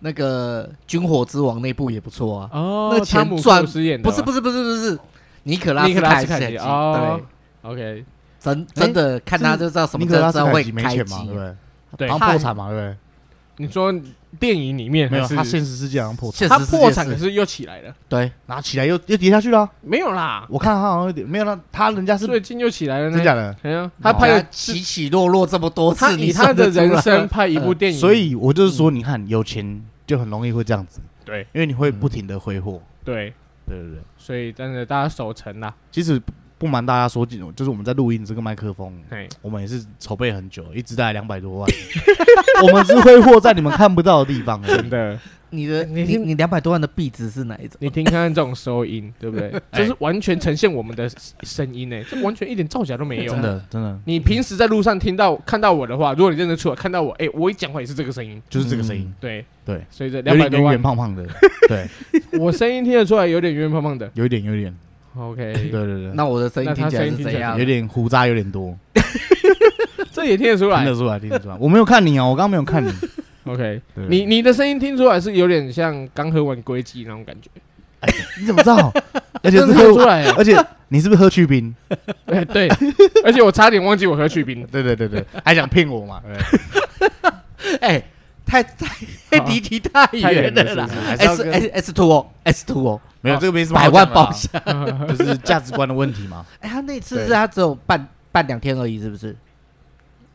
B: 那个《军火之王》那部也不错啊。
A: 哦
B: 那个钱赚
A: 饰演的哦
B: 不是
A: 吗
B: 不是不是不是，尼可拉
A: 尼
B: 斯
A: 可拉斯
B: 凯
A: 凯
B: 奇
A: 奇
B: 对
A: 哦，，OK，
B: 真真的看他就知道什么
C: 尼
B: 叫
C: 克拉
B: 真的
C: 斯凯
B: 会
C: 奇没
B: 开
C: 钱
B: 机
C: 嘛，对不对？
A: 对
C: 好，像破产嘛，对不
A: 你说电影里面
C: 对？没有，
A: 还是
C: 他现实世界好像破产，
B: 现
A: 他
B: 实世
A: 破
B: 界
A: 产，可
B: 是
A: 是又起来了，
B: 对，
C: 拿起来又又跌下去了啊。
A: 没有啦，
C: 我看他好像有点没有，那他人家是
A: 最近又起来了呢
C: 真，假的，
A: 哎呀，他
C: 哦
A: 拍
B: 的
A: 的
B: 起起落落这么多
A: 他
B: 次，
A: 以
B: 你
A: 他
B: 算
A: 的
B: 得出来
A: 人生拍一部电影，
C: 呃所以我就是说，你看有钱就很容易会这样子，
A: 对
C: 因为你会不停的挥霍，
A: 对，
C: 对对对。
A: 所以真的大家守成啦，
C: 其实不不瞒大家说，就是我们在录音这个麦克风，
A: 嘿，
C: 我们也是筹备很久，一直大概两百多万， [LAUGHS] 我们是挥霍在你们看不到的地方而已，
A: 真的。
B: 你的
A: 你
B: 你你两百多万的币值是哪一种？
A: 你听看看这种收音，对不对？
C: 哎
A: 这是完全呈现我们的声音哎呢，这完全一点造假都没有。啊
C: 真，的真的
A: 你平时在路上听到看到我的话，如果你认得出来，看到我，哎，我一讲话也是这个声音，
C: 就是这个声音，
A: 对
C: 对，
A: 所以这嗯两
C: 有
A: 百
C: 点
A: 多万
C: 圆圆，胖胖的，对，
A: 我声音听得出来有点圆圆胖胖的。
C: 有一点有一点，
A: [LAUGHS]
C: 对
A: OK，
C: 对对，
B: 那我的声音
A: 哎那他
B: 听起来
A: 声音听
B: 是
A: 起
B: 怎
A: 来
B: 样
C: 有？点胡渣有点多，
A: 这也听得出
C: 听
A: 来
C: 得。出来听得出来，我没有看你哦，我刚刚没有看你，
A: OK，
C: 对
A: 你你的声音听出来是有点像刚喝完龟记那种 [LAUGHS] 感觉，
C: 你怎么知道？而且
A: 真
C: 是
A: 的听得
C: 喝
A: 出来。
C: 而且你是不是喝去冰？
A: 哎，对，而且我差点忘记我喝去冰。
C: 对对对对，还想骗我嘛？对
B: 哎，太太离题太远了啦
A: 啊太
C: 远了是不
B: ！S
C: 是还
B: S S two 哦，S two 哦，
C: 没有这个没什么
B: 百
C: 好
B: 万
C: 讲的啦
A: 啊
B: 包厢。
C: 就是价值观的问题
B: [LAUGHS]
C: 嘛。
B: 哎，他那次
C: 对
B: 是他只有办办两天而已，是不是？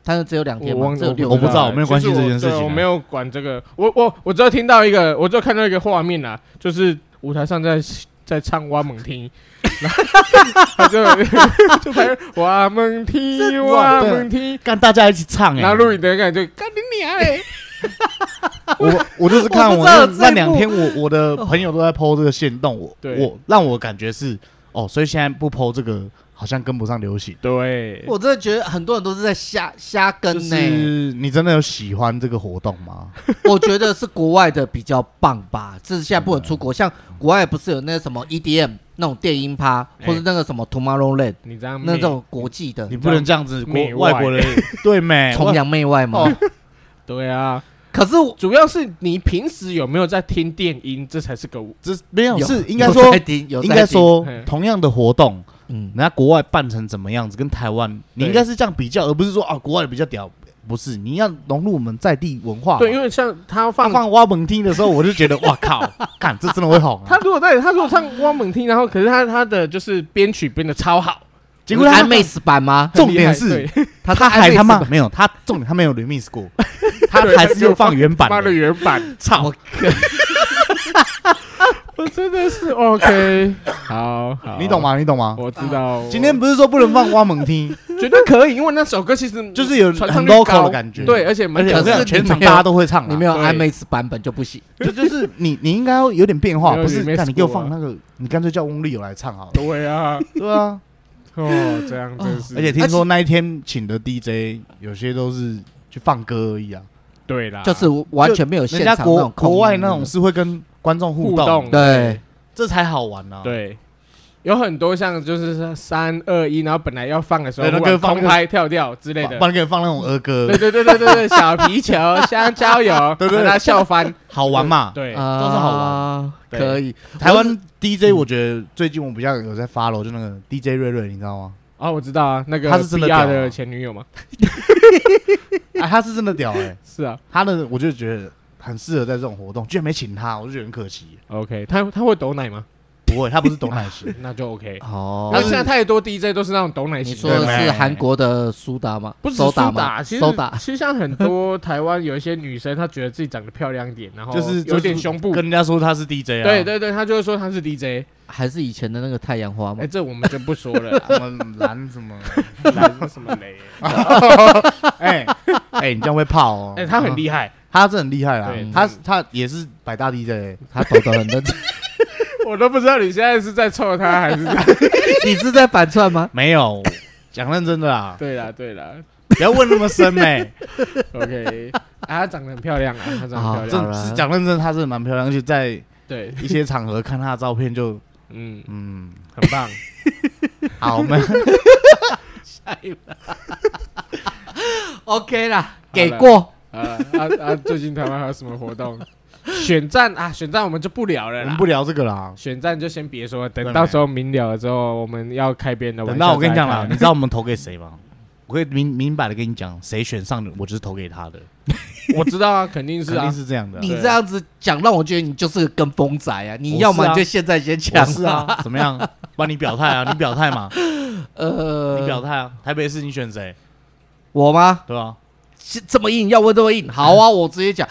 B: 他是只有两天
A: 我
B: 吗？
A: 忘
B: 只有六
C: 我
B: 天
C: 不知道
B: 吗
C: 没有关系
A: 其实我
C: 这件事情啊
A: 对我没有管这个，我我我只有听到一个，我只有看到一个画面啊，就是舞台上在在唱《蛙猛听》，然后他就 [LAUGHS] 就拍《蛙猛听》，蛙猛听，
C: 干大家一起唱哎、
A: 然后录影的人感觉干你娘嘞，
C: [LAUGHS] 我我就是看
B: 我不
C: 我
B: 知道有这一幕哦
C: 那那两天我我的朋友都在 PO 这个线动，
B: [LAUGHS]
C: 我
A: 对
C: 我让我感觉是哦，所以现在不 PO 这个好像跟不上流行。
A: 对，
B: 我真的觉得很多人都是在瞎瞎跟呢、
C: 欸就 [LAUGHS] 是你真的有喜欢这个活动吗？
B: 我觉得是国外的比较棒吧，这是现在不能出国，像国外不是有那个什么 EDM 那种电音趴，
A: 哎
B: 或者那个什么 Tomorrowland
A: 你这样
B: 那
A: 妹
B: 种国际的
C: [LAUGHS] 欸嗯你不能这样子，
A: 媚
C: 国外国人 [LAUGHS] 对美
B: 崇洋媚外
C: 哦
B: 嘛。
A: 对啊，
B: 可是我
A: 主要是你平时有没有在听电音，这才是个
C: 这没有
B: 有
C: 是应该
B: 有
C: 说
B: 在听有
C: 应
B: 在
C: 该
B: 听
C: 说
A: 嘿
C: 同样的活动，
B: 嗯
C: 人家国外办成怎么样子，跟台湾你
A: 对
C: 应该是这样比较，而不是说啊国外比较屌，不是，你要融入我们在地文化嘛。
A: 对，因为像他
C: 啊他
A: 放
C: 放挖门听的时候，我就觉得哇靠， [LAUGHS] 干这真的会红啊
A: 他！如果在他如果唱汪猛听，然后可是他他的就是编曲编的超好，
C: 结果
B: 安
C: 他
B: 妹子版吗？
A: 很
C: 重
A: 厉害
C: 点是
A: 对
B: 他
C: 他
B: 暧
C: 还
B: 昧
C: 他妈
B: 版
C: 没有他重点他没有 remix 过，他
A: 对
C: 还是
A: 就
C: 又放原版
A: 妈的
C: 的。
A: 原
C: [LAUGHS]
A: 版，
C: 操！
A: 我真的是 OK，好好，
C: 你懂？吗？你懂吗？
A: 我知道，
C: 今天不是说不能放挖门听，
A: 绝对可以，因为那首歌其实
C: 就是有
A: 传唱
C: 很
A: 率
C: local
A: 高
C: 的感觉。
A: 对，，而且蛮
C: 而且
A: 屌
C: 我
A: 的
C: 跟你
B: 可
C: 讲，
B: 是你
C: 全场
B: 没有
C: 大家都会唱啊。
B: 你没有
A: 对
B: 安妹子版本就不行。
C: 这就是你，你应该要有点变化，
A: 没有
C: 不是？
A: remix
C: 看你给我
A: 过啊
C: 放那个，你干脆叫翁立友来唱好了。
A: [LAUGHS] 对啊，
C: 对啊，
A: 哦，这样真是，
C: [LAUGHS] 而且听说那一天请的 DJ 有些都是去放歌而已啊，
A: 对啦，
B: 就是完全没有现
C: 人
B: 场
C: 家
B: 那种
C: 国
B: 空
C: 国
B: 音
C: 外
B: 的
C: 那种是会跟观众
A: 互
C: 动，
A: 动，
B: 对，
C: 这才好玩啊。，
A: 对，有很多像就是三二一，然后本来要放的时候，
C: 对那
A: 忽然
C: 个放
A: 空拍跳掉之类的
C: 不。然给你放那种儿歌
A: 对，对对对对对，小皮球、香蕉油，
C: 对对对
A: 让他笑翻。
C: 好玩嘛。
A: 对，
B: 啊，
C: 都是好
B: 玩，
C: 对
B: 可以。
C: 台湾 DJ
A: 嗯
C: 我觉得最近我比较有在 follow，就那个 DJ 瑞瑞，你知
A: [LAUGHS]
C: 道吗？
A: 哦，我知道啊，那个
C: 他是真的
A: PR
C: 屌啊
A: 的前女友嘛，
C: 哎，他是真的屌哎，
A: 是啊
C: 他的我就觉得很适合在这种活动，居然没请他，我就觉得很可惜。
A: ，OK，他他会抖奶吗？，
C: 不会，他不是懂奶昔
A: [LAUGHS] 那就 OK。
B: 哦
A: 那，现在太多 DJ 都是那种抖奶
B: 你
A: 型
B: 说
A: 的，
B: 的
C: 对
B: 是韩国的苏打吗？
A: 不是
B: 手打
A: 打，
B: 吗？
A: 其
B: 手
A: 实
B: 打，
A: 其实像很多台湾有一些女生，她觉得自己长得漂亮一点，然后
C: 就是
A: 哦有点
C: 就是
A: 胸部
C: 跟，人家说他是 DJ 啊。
A: 对，对对，她就会说她是 DJ。
B: 还是以前的那个太阳花吗
A: 哎，？这我们就不说了啦，
C: 什么蓝什么， [LAUGHS]
A: 拦什么雷？
C: 哎哎，你这样会怕哦
A: [LAUGHS] 哎，。她很厉害，
C: 他是很厉害啦啊
A: 对，
C: 他他也是百大 DJ，
B: 他抖得很认真。
A: 我都不知道你现在是在臭他还是在
C: [LAUGHS]
B: 你是在反串吗？
A: [LAUGHS]
C: 没有讲认真的啦，
A: 对啦对啦
C: 不要问那么
A: [LAUGHS]
C: 深哎。
A: ，OK，啊，她长得很漂亮啊，她长得很漂亮，
B: 啊好
C: 这
B: 啦
C: 是讲认哦真，他是蛮漂亮，而且在
A: 对，
C: 一些场合看他的照片就
A: 嗯，
C: 嗯，
A: 很棒，
C: 好，
B: [LAUGHS]
C: 我们
B: OK 啦，
A: 好了
B: 给过。
A: [LAUGHS] 啊啊啊！最近台湾还有什么活动？ [LAUGHS] 选战啊，选战我们就不聊
C: 我
A: 了
C: 们
A: 啦
C: 不。聊这个啦。
A: 选战就先别说了，等
C: 对
A: 到时候明了了之后，我们要开别人的玩
C: 等
A: 笑。
C: 到我跟你讲啦，你，知道我们投给谁吗？我可以明明白的跟你讲，谁选上的，我就是投给他的，
A: [LAUGHS] 我知道啊，肯定是
C: 肯
A: 啊
C: 定，是这样的啊。
B: 你这样子讲，让我觉得你就是个跟风仔啊！你要么
C: 我是啊
B: 就现在先
C: 我
B: 抢，
C: 是啊，怎么样？ [LAUGHS] 帮你表态啊，你表态嘛，你表
B: 呃，
C: 态啊。台北市你选谁？
B: 我吗？
C: 对吧？
B: 是这么硬，要问这么硬，好啊，我直接讲，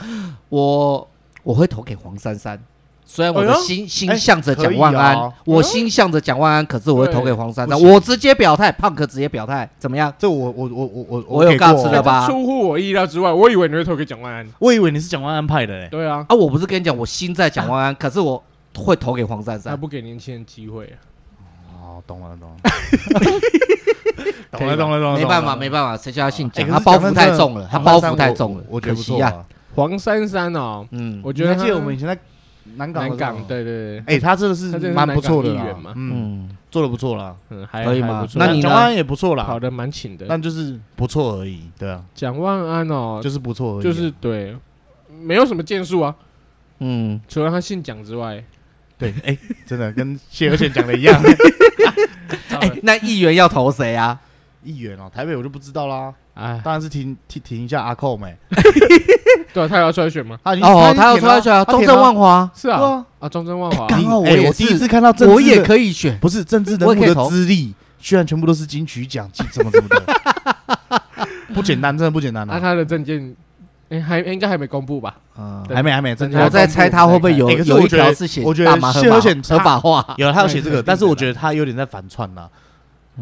B: 我我会投给黄珊珊。虽然我的
A: 哎呦
B: 心、心
C: 哎
B: 向着蒋万
C: 可以
B: 安，
C: 哦
B: 我心向着蒋万安，可是我会投给黄珊珊，
C: 对不行
B: 我直接表态，胖哥直接表态，怎么样？
C: 这我我我我我
B: 我有
C: 给过
B: guts 的
A: 这
C: 哦
B: 吧
A: 出乎我意料之外，我以为你会投给蒋万安。
C: 我以为你是蒋万安派的嘞。
A: 对啊，
B: 啊，我不是跟你讲，我心在蒋万安，
C: [LAUGHS]
B: 可是我会投给黄
C: 啊
B: 珊
A: 他
B: 珊。
A: 不给年轻人机会啊，
C: 哦，懂了懂了，
A: 可
C: [LAUGHS]
A: 以
C: 懂
A: 吧
C: 了懂了懂了，
B: 没办法，
C: 啊懂了
B: 没办法，谁叫他姓
C: 哎
B: 蒋？
C: 可
B: 他
C: 是
B: 包
C: 讲
B: 袱
C: 真
B: 太
C: 的
B: 重了，他
C: 讲
B: 包
C: 真
B: 袱
C: 的
B: 太
C: 我
B: 重了，
C: 我觉得
B: 可
C: 不
B: 惜
C: 错
B: 呀。
C: 啊。
A: 黄珊珊哦，
B: 嗯，
A: 我
C: 你
A: 觉得
C: 还
A: 他
C: 记得我们以前在南港的时
A: 南
C: 候
A: 港，，对对对，
C: 哎，他真的是
A: 他真的是
C: 蛮不错的
A: 南港
C: 啦
A: 议员嘛，
C: 嗯，
B: 嗯，
C: 做的不错啦，
A: 嗯，还
B: 可以吗
A: 还不错
B: 那你呢
C: 蒋万安也不错
A: 跑
C: 啦，
A: 的蛮勤的。
C: 但就是不错而已，对啊，
A: 蒋万安哦，
C: 就是不错而已啊，
A: 就是对，没有什么建树啊，
B: 嗯，
A: 除了他姓蒋之外，
C: 对，哎，真的跟谢和弦讲的一
A: [LAUGHS]
C: 样，
B: 哎，那议员要投谁啊？
C: 议员哦，台北我就不知道啦，
A: 哎，
C: 当然是停停停一下阿寇没，
A: 对啊，他也要出来选吗？
C: 他已经
B: 哦，他
C: 哎他
B: 要
C: 已经
B: 出
C: 填了
B: 来选啊，
C: 他
B: 中
C: 填了
B: 正万华，
A: 是啊，
C: 对啊
A: 啊，中正万华，
B: 刚好我
C: 哎
B: 也
C: 第
B: 是
C: 一次看到政治的，
B: 我也可以选。
C: 不是政治人
B: 我
C: 物
B: 也可以
C: 的
B: 投
C: 资历，居然全部都是金曲奖，金什么什么的，不简单，真的不简单
A: 那
C: 啊！
A: 他的证件，哎，还应该还没公布吧？
B: 嗯，
A: 对
C: 还没还没，真
A: 他
B: 我
C: 的
A: 要
B: 在猜他会不会有
C: 哎可是
B: 有一
C: 我觉得
B: 条是写
C: 我觉得
B: 大麻合
C: 谢和
B: 法
C: 弦他
B: 合法化，
C: 有他有写这
A: 那肯定
C: 个，
A: 的
C: 但是我觉得他有点在反串啦。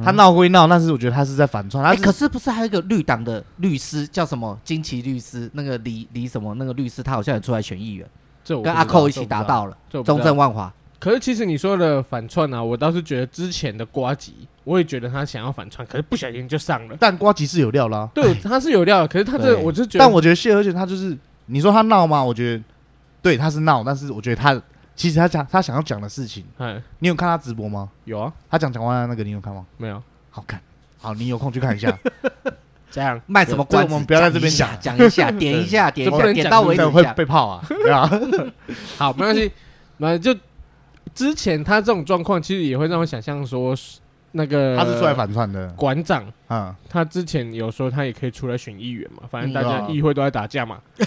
C: 他闹归闹，但是我觉得他是在反串，他
B: 哎，可
C: 是
B: 是不是还有一个绿党的律师叫什么金奇律师？那个李李什么那个律师，他好像也出来选议员，
A: 这我
B: 跟
A: 不
B: 阿
A: 知
B: 寇
A: 道
B: 一起打，到了
A: 这我不
B: 中
A: 知道
B: 正。万华。
A: 可是其实你说的反串啊，我倒是觉得之前的瓜吉，我也觉得他想要反串，可是不小心就上了。
C: 但瓜吉是有料啦。
A: 对，他是有料的，可是他这
B: 对
A: 我就觉得，
C: 但我觉得谢和弦他就是，你说他闹吗？我觉得对，他是闹，但是我觉得他其实他讲他想要讲的事情，
A: 哎，
C: 你有看他直播吗？
A: 有啊，
C: 他讲蒋万安那个你有看吗？
A: 没有啊
C: 好看，好，你有空去看一下。
A: 这样，
B: 卖什么关
C: 这
B: 子？
C: 我们不要在这边
B: 讲一下，讲一下，
C: [LAUGHS]
B: 点一下，点一
A: 这不
B: 下，
A: 能
B: 点
A: 讲
B: 到
A: 出
B: 为
C: 这
B: 止
C: 样会
B: 讲。
C: 被泡啊，对啊，
A: 好，没关系，那就之前他这种状况，其实也会让我想象说，那个
C: 他是出来反串的，
A: 馆长，
C: 嗯，
A: 他之前有说他也可以出来选议员嘛，反正大
C: 嗯
A: 家
C: 啊
A: 议会都在打架嘛。
C: [LAUGHS]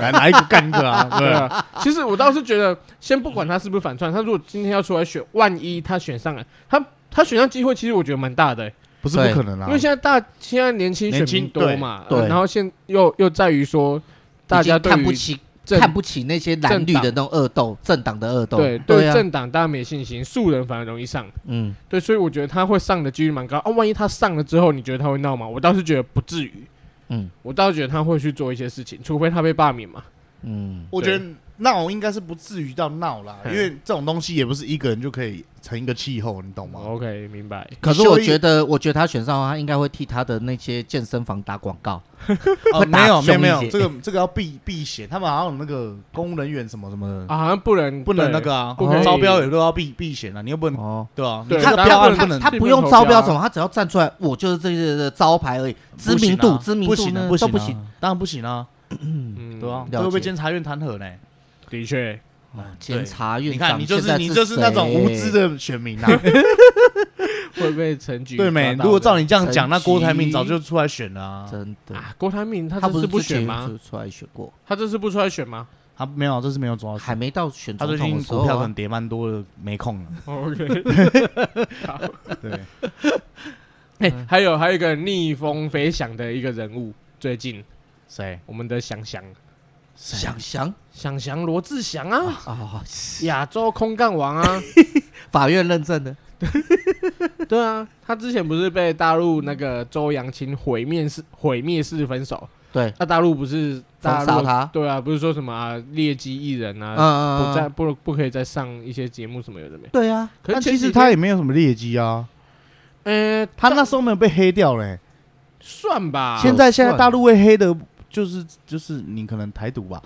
C: 来哪一个干一个 [LAUGHS] 啊？对
A: 对
C: 啊，
A: 啊，其实我倒是觉得，先不管他是不是反串，他如果今天要出来选，万一他选上了，他他选上机会其实我觉得蛮大的、欸
C: 不是不可能啊
A: 因为，现在大现在年轻选
C: 年轻
A: 民多嘛，
B: 对
A: 呃
B: 对
A: 然后现又又在于说大家
B: 已经
A: 对
B: 看不
A: 于
B: 起
A: 政
B: 看不起那些蓝绿的那种恶斗，政党的恶斗。
A: 对
B: 对
A: 对
B: 啊，
A: 政党大家没信心，素人反而容易上。
B: 嗯，
A: 对，所以我觉得他会上的几率蛮高啊。万一他上了之后，你觉得他会闹吗？我倒是觉得不至于。
B: 嗯，
A: 我倒是觉得他会去做一些事情，除非他被罢免嘛。
B: 嗯，
C: 我觉得闹应该是不至于到闹啦，因
A: 嗯
C: 为这种东西也不是一个人就可以成一个气候，你懂吗？
A: OK，明白。
B: 可是
C: 秀
B: 我
C: 一
B: 觉得，我觉得他选上的话，他应该会替他的那些健身房打广告。
C: 哦，
B: 会打
C: [LAUGHS] 没有没有
B: 凶
C: 没
B: 一
C: 有，
B: 些
C: 这个这个要避避嫌，他们好像有那个公务人员什么什么的，
A: 啊，好像不能
C: 不能
A: 对
C: 那个啊，
A: 不可以
C: 招标也都要避避嫌啊，你又不能
B: 哦，
C: 对啊，
A: 对
C: 你这个
A: 他
C: 标
A: 他不
C: 案不
A: 能
C: 能
B: 他
A: 自己
B: 不
A: 不
B: 用
A: 投
B: 招
A: 标
B: 标
A: 啊
B: 什么，他只要站出来，我就是这个的招牌而已，知名
C: 不行
B: 度、
C: 啊
B: 知名
C: 不
B: 度
C: 行啊
B: 呢
C: 不行
B: 都
C: 啊
B: 不行。，
C: 当然不行啊，
A: 嗯
C: 对啊，
B: 嗯
C: 这会
B: 了
C: 被
B: 解
C: 监察院弹劾呢。
A: 的确，
B: 检哦察院
C: 你看，
B: 长
C: 你就
B: 现在
C: 是
B: 是
C: 你就是那种无
B: 谁，
C: 知的选民啊，
A: 会被陈菊
C: 对没？
A: 抓到
C: 如果
A: 的
C: 照你这样讲，
B: 陈
C: 那郭台铭
B: 吉
C: 早就出来选了啊，
B: 真的，
A: 啊，郭台铭他
B: 他
A: 这
B: 不
A: 次
B: 是
A: 不
B: 之前
A: 选吗？
B: 就出来选过，
A: 他这次不出来选吗
C: 他没有，哦这是没有抓到
B: 还没到选
C: 他
B: 总
C: 最
B: 统
C: 近
B: 的时
C: 股
B: 候
C: 票可能
B: 啊。
C: 跌蛮多的，没空了。 [LAUGHS]
A: ？OK，
C: 对，
A: 哎，还有还有一个逆风飞翔的一个人物，最近
C: 谁？
A: 我们的翔翔
B: 想想
A: 翔翔罗志祥啊，
B: 哎啊，
A: 亚洲空干王啊，
B: 法院认证的，
A: 对啊，他之前不是被大陆那个周扬青毁灭式毁灭式分手，
B: 对，
A: 那大陆不是大
B: 封杀
A: 陆
B: 他
A: 对啊，不是说什么啊劣迹艺人
C: 呃
A: 啊，
B: 嗯嗯，嗯
A: 不再不不可以再上一些节目什么有的没，
B: 对啊，
A: 可是
C: 但
A: 前
C: 其实
A: 几
C: 他
A: 天
C: 也没有什么劣迹啊，
A: 呃
C: 他那时候没有被黑掉嘞。
A: 算吧，
C: 现在现在
B: 算
C: 大陆会黑的，就是就是你可能台独吧，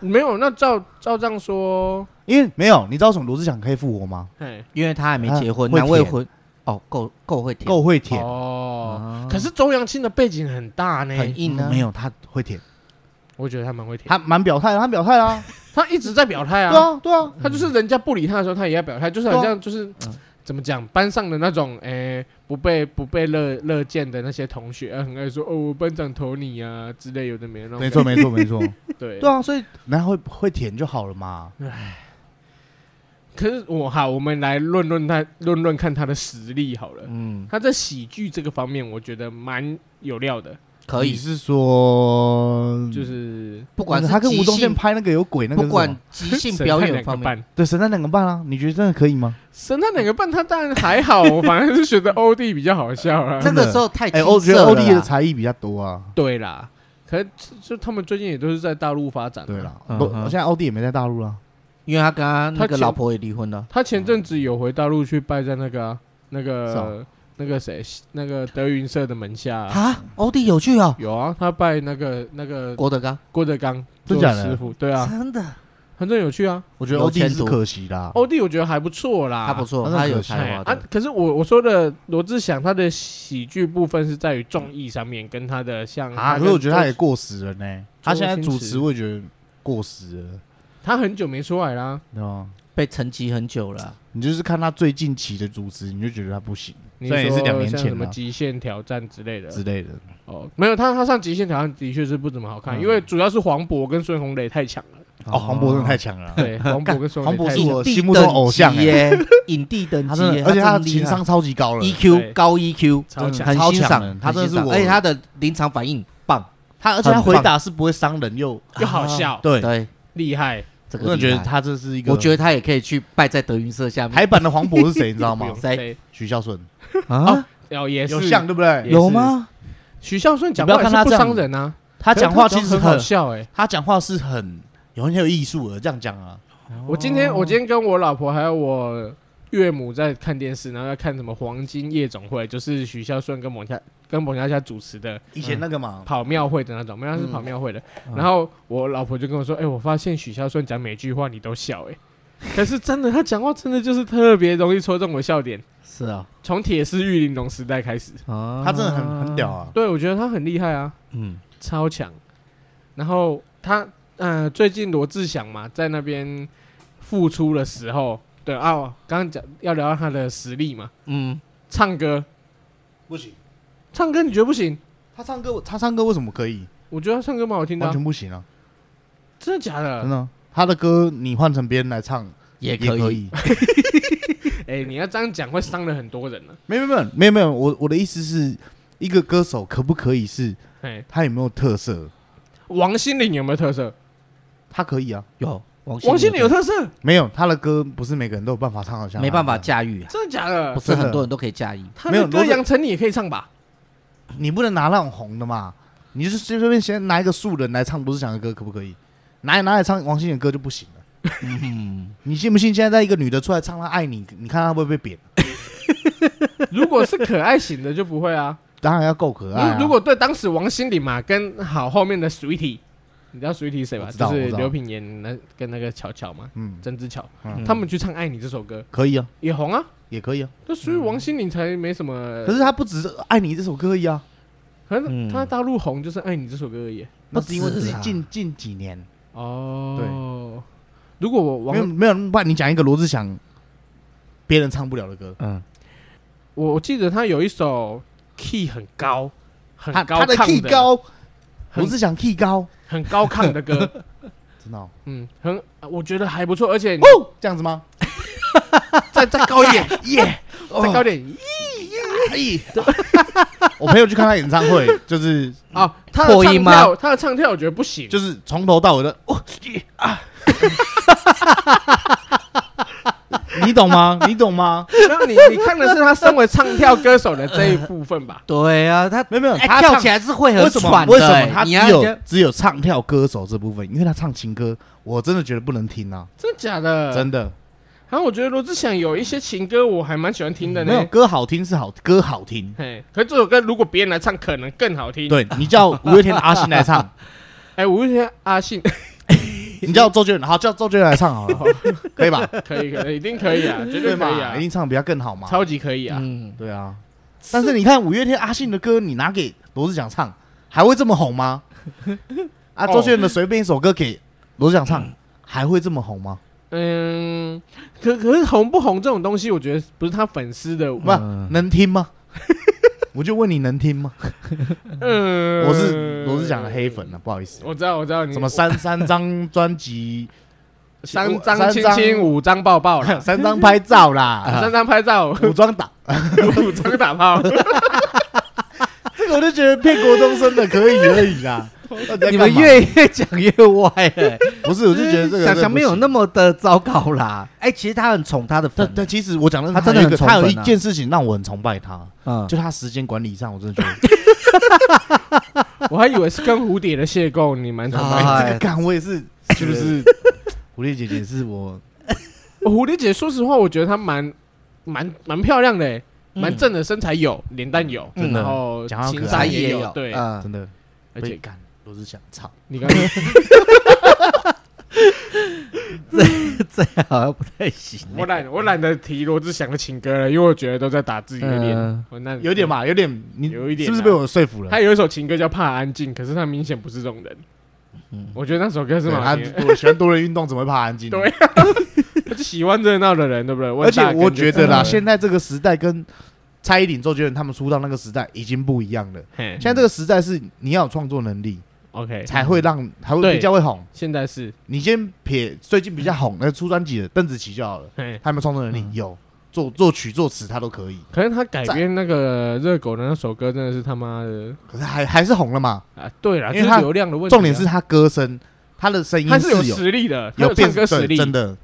A: 没有，那照照这样说，
C: 因为没有，你知道为什么罗志祥可以复活吗？
A: 哎，
B: 因为他还没结婚，
C: 啊他会
B: 男未
C: 舔
B: 婚，哦，够够会舔，
C: 够会舔，
A: 哦。
B: 啊
A: 可是周扬青的背景很大呢，
B: 很硬啊，
C: 没有他会舔，
A: 我觉得他蛮会舔，
C: 他蛮表态的，他表态啦，
A: 他一直在表态
C: 对
A: 啊，
C: 啊对啊，
A: 他就是人家不理他的时候，他也要表态，就是
C: 对啊
A: 好像就是怎么讲，班上的那种诶不被不被乐乐见的那些同学，啊很爱说哦我班长投你啊之类有的没的那种
C: 没错没错没错，
A: 感觉，对
C: 对。啊，所以然后会会舔就好了嘛。
A: 可是我好，我们来论论他，论论看他的实力好了。
B: 嗯，
A: 他在喜剧这个方面，我觉得蛮有料的，
B: 可
C: 你
B: 以，
C: 是说，
A: 就是
B: 不管是
C: 嗯哦他跟
B: 即
C: 吴宗宪
B: 兴
C: 拍那个有鬼那个
B: 不
C: 是什么，
B: 管即
C: [LAUGHS]
B: 兴表演方面，
A: 面。
C: 对神探两个半啊，你觉得真的可以吗？
A: 神探哪个半他当然还
C: [LAUGHS]
A: 好，我反而是觉得欧弟比较好笑啦。
B: 这
C: 真
B: 个
C: 的
B: 时候太
C: 哎，
B: 青
C: 欧觉得
B: 涩
C: 欧
B: 了
C: 弟的
B: 啦
C: 才艺比较多啊。
A: 对啦，可是就他们最近也都是在大陆发展。
C: 对，啦，
B: 嗯
C: 不，
B: 哼
C: 现在欧弟也没在大陆啦。
B: 因为他跟他那
A: 他
B: 个
A: 前
B: 老婆也离婚了，
A: 他前阵子有回大陆去拜在那个啊那
C: 是
A: 个
C: 哦
A: 那个谁那个德云社的门下啊。
B: 啊，欧弟有趣哦，
A: 有啊，他拜那个那个
B: 郭德纲
A: 郭德纲
C: 真
A: 做
C: 假的
A: 师傅，对啊，
B: 真的，
A: 反正有趣啊。
C: 我觉得
B: 有
C: 欧弟
B: 前
C: 是
B: 途
C: 可惜啦。
A: 欧弟我觉得还不错啦，
B: 他不错，
C: 那
B: 他
C: 很
B: 有
C: 可惜
A: 哎
B: 才华
A: 啊
B: 的，。
A: 可是我我说的罗志祥，他的喜剧部分是在于综艺上面，跟他的像他
C: 啊，可是
A: 跟
C: 我觉得
A: 周
C: 他也过时了呢。他现在
A: 周星
C: 主
A: 驰
C: 持，我也觉得过时了，
A: 他很久没出来啦。
C: 对吧？
B: 被沉寂很久了，
C: 你就是看他最近期的主持，你就觉得他不行
A: 你
C: 虽然也是
A: 说
C: 两年
A: 像
C: 前
A: 什么
C: 啊
A: 极限挑战之类的
C: 之类的。
A: 哦，没有他他上极限挑战的确是不怎么好看，
C: 嗯
A: 因为主要是黄渤跟孙红雷太强了。
C: 哦，黄渤真的太强了
A: [LAUGHS]
C: 啊，
A: 对，黄渤跟孙红雷
C: 黄渤
A: 太
C: 是
A: 强
C: 我
A: 了。
B: 影帝
C: 心目中的偶像欸
B: 等级耶，影帝等
C: 他
B: 级
C: 真
B: 耶，
C: 的，而且他
B: 真
C: 的
B: 厉
C: 情
B: 害
C: 商超级高了。E 嗯
A: 对
B: EQ 高 EQ，
A: 超强
B: 很
C: 超
B: 欣
C: 强
B: 赏
C: 的，他
B: 很
C: 真
B: 欣
C: 的是
B: 赏
C: 我
B: 而且他的临场反应棒，
C: 他而且他
B: 很
C: 回
B: 棒
C: 答是不会伤人又
A: 又好笑，
C: 对，
B: 对，
A: 厉害，
B: 这
C: 我
B: 个
C: 真的
B: 厉
C: 觉得
B: 害，
C: 他这是一个。
B: 我觉得他也可以去拜在德云社下面
C: 台版的黄渤是谁，你知道
A: 不
C: 吗
A: 用？
B: 谁
A: 飞？
C: 徐孝顺
B: 啊，
A: 哦，也
C: 有
A: 是
C: 像对不对？
A: 也是
B: 有吗？
A: 许孝顺讲
C: 你不要
A: 话也是
C: 看他
A: 不
C: 这样
A: 伤人啊，
C: 他讲话其
A: 可是
C: 实
A: 他讲话很好
C: 很，
A: 笑哎。
C: 他讲话是很有很有艺术的，这样讲啊。
A: 我今天我今天跟我老婆还有我岳母在看电视，然后在看什么黄金夜总会，就是许孝顺跟蒙嘉跟蒙嘉佳主持的
C: 以前那个嘛，
A: 跑庙会的那种，没有他是
C: 嗯
A: 跑庙会的。然后我老婆就跟我说：“哎、我发现许孝顺讲每句话你都笑、欸，可是真的，他讲话真的就是特别容易戳中我笑点。
B: 是啊，
A: 从铁丝玉玲珑时代开始，
C: 啊
B: 他
C: 他真的很很屌，啊。
A: 对我觉得他很厉害啊，
B: 嗯，
A: 超强。然后他，呃，最近罗志祥嘛，在那边复出的时候，对啊，我刚刚讲要聊到他的实力嘛，
B: 嗯，
A: 唱歌，
C: 不行。
A: 唱歌你觉得不行？
C: 他唱歌，他唱歌为什么可以？
A: 我觉得他唱歌蛮好听的
C: 完
A: 啊、呃
C: 全不行啊！
A: 真的假
C: 真
A: 的？
C: 的啊，他的歌你换成别人来唱
B: 也
C: 也
B: 可以。
C: 可以。
A: 哎、你要这样讲会伤了很多人呢、啊
C: 没有没有没有没有，我我的意思是一个歌手可不可以是
A: 哎、
C: 他有没有特色？
A: 王心凌有没有特色？
C: 他可以啊，
B: 有王
A: 王心凌有
B: 歌
A: 特色，
C: 没有他的歌不是每个人都有办法唱好像
B: 没办法驾驭啊，
A: 真的假的
B: 不？是很多人都可
A: [LAUGHS]
B: 以驾驭。
A: 他
C: 没有
A: 的歌
C: 如果
A: 杨丞琳也可以唱吧？
C: 你不能拿那种红的嘛，你就是随随便先拿一个素人来唱不是想的歌，可不可以？拿拿来唱王心凌的歌就不行了。
B: 嗯，
C: 你信不信？现在在一个女的出来唱她爱你，你看她会不会被扁？
A: 如果是可爱型的就不会啊。
C: 当然要够可
A: 如、
C: 爱、啊。
A: 如果对当时王心凌嘛，跟好后面的 Sweetie，你知道 Sweetie 谁吧？
C: 我知道
A: 就是
C: 我知道
A: 刘品言那跟那个巧巧嘛，
C: 嗯，
A: 曾之巧，
C: 嗯
A: 他们去唱《爱你》这首歌
C: 可以啊，
A: 也红啊，
C: 也可以啊。
A: 就属于王心凌才没什么。
C: 可是她不只是爱你这首歌而已啊，
A: 可是
B: 嗯
A: 他在大陆红就是《爱你》这首歌而已。
C: 那是因为
B: 不止
C: 近
B: 啊
C: 近近几年，
A: 哦，对。如果我
C: 没有
A: 王，
C: 没有人把你讲一个罗志祥，别人唱不了的歌，
B: 嗯，
A: 我我记得他有一首 key 很高，很
C: 他
A: 高
C: 他的
A: 亢
C: key
A: 的，
C: 高，
A: 很
C: 罗志祥 key 高，
A: 很高亢的歌。
C: [LAUGHS]
A: [LAUGHS]
C: 真的哦
A: 嗯，很，我觉得还不错，而且
C: 哦，这样子
A: [LAUGHS]
C: 吗？
A: 再再高一点，
C: 耶！
A: [LAUGHS] 再高一点
C: 咦哎我朋友去看他演唱会，
B: [LAUGHS]
C: 就是
A: 啊！他的
B: 破
A: 唱
B: 音吗
A: 跳，他的唱跳我觉得不行，
C: 就是从头到尾的哦耶啊， [LAUGHS] 你懂吗？你懂吗？
A: 然后 [LAUGHS] 你你看的是他身为唱跳歌手的这一部分吧？
B: [LAUGHS] 对啊，他
C: 没有没有，
B: 哎
C: 他
B: 跳
C: 唱
B: 起来是会
C: 为
B: 很
C: 什么
B: 喘的。
C: 为什么
B: 哎
C: 他
B: 你
C: 只
B: 要
C: 有只有唱跳歌手这部分？因为他唱情歌，我真的觉得不能听啊，
A: [LAUGHS] 真的假
B: 呃
A: 的？
C: 真的。
A: 然后我觉得罗志祥有一些情歌我还蛮喜欢听的
C: 没有
A: 呢。
C: 歌好听是好，歌
B: [LAUGHS]
C: 好听。
A: 嘿，可是这首歌如果别人来唱，可能更好听。，
C: 对你叫五月天的阿信
B: [LAUGHS]
C: 来唱，
A: 哎，五月天阿信 [LAUGHS]
C: 你叫周杰伦，好叫周杰伦来唱好
B: [LAUGHS]
C: 了，可以吧？
A: 可以，可以，一定可以 [LAUGHS] 啊，绝对可以
C: 嘛，
A: 啊
C: 一，定唱得比他更好嘛。
A: 超级可以啊！
B: 嗯，
C: 对啊，但是你看五月天阿信的歌，你拿给罗志祥唱，还会这么红吗？啊，
A: 哦
C: 周杰伦的随便一首歌给罗志祥唱，还会这么红吗？
A: 嗯，可可是红不红这种东西，我觉得不是他粉丝的，
C: 不，能听吗？我就问你能听吗？
A: 嗯，
C: 我是罗志祥的黑粉啊，不好意思。
A: 我知道，我知道你
C: 什么三三张专辑，
A: 嗯三
C: 我
A: 张
C: 三
A: 亲
C: 张
A: 亲，五张抱抱 [LAUGHS] 啦，
C: 三张拍照啦，
A: [LAUGHS] 三张拍照，
C: 古装打，
A: [LAUGHS] 五张打炮。
C: 这个我就觉得骗国中生的可以而已啦。
B: 你们
C: 越
B: 越越讲越歪了。
C: [LAUGHS] 不是，我就觉得这个
B: 嗯想想没有那
C: 么。
B: 么的糟糕啦。哎，其实他很宠他的粉
C: 但，但其实我讲的，
B: 他真的很
C: 有一个
B: 宠
C: 他有一
B: 粉啊
C: 件事情让我很崇拜他，
B: 嗯，
C: 就他时间管理上，我真的觉得
A: 我还以为是跟蝴蝶的邂逅，你蛮崇拜
B: 啊
A: 的。
C: 哎，
B: 哎
C: 这 [LAUGHS] 个感我也是，是不是？蝴蝶姐姐是我，
A: 我哦蝴蝶姐，说实话，我觉得她蛮蛮蛮漂亮的欸，
B: 嗯
A: 蛮正的，身材有，脸蛋有，
B: 嗯
A: 然后
C: 讲话
A: 情
C: 可爱
A: 商
B: 宅
A: 也
B: 也
A: 有，对，
B: 啊，
C: 真的
A: 而
C: 被
A: 且
C: 干，罗志祥操，
A: 你刚刚
B: 这样好像不太行。
A: 我懒我懒得提罗志祥的情歌了，因为我觉得都在打自己的脸。
B: 嗯，
A: 我那
C: 有点，嘛，有点，你
A: 有一点啊
C: 是不是被我说服了？
A: 他有一首情歌叫《怕安静》，可是他明显不是这种人。
B: 嗯
A: 我觉得那首歌是
C: 对
A: 蛮好
C: 他
A: 听的，
C: 我喜欢多人运动，怎么会怕安静？
A: 对他就喜欢热闹的人，对不对？
C: 而且
A: 问大根
C: 我
A: 就
C: 觉
A: 知
C: 得
A: 道 [LAUGHS]
C: 啦，
A: 了
C: 现在这个时代跟蔡依林、周杰伦他们出道那个时代已经不一样了。
A: 嘿
C: 现在这个时代是你要有创作能力，
A: OK，
C: 才会让才会
A: 嗯对
C: 比较会红。
A: 现在是
C: 你先撇最近比较红那出专辑的邓紫棋就好了，
A: 嘿，
C: 他有没有创作能力？
B: 嗯
C: 有，作作曲作词他都可以，
A: 可是他改编那个热狗的那首歌真的是他妈的
C: 可是还还是红了嘛。
A: 啊！对了，就
C: 因为
A: 是
C: 他
A: 流量的问题啊。
C: 重点是他歌声，他的声音
A: 他
C: 是
A: 嗯是有实力的，他
C: 有
A: 唱
C: 变
A: 歌实
C: 对
A: 力。
C: 真的。
A: 嗯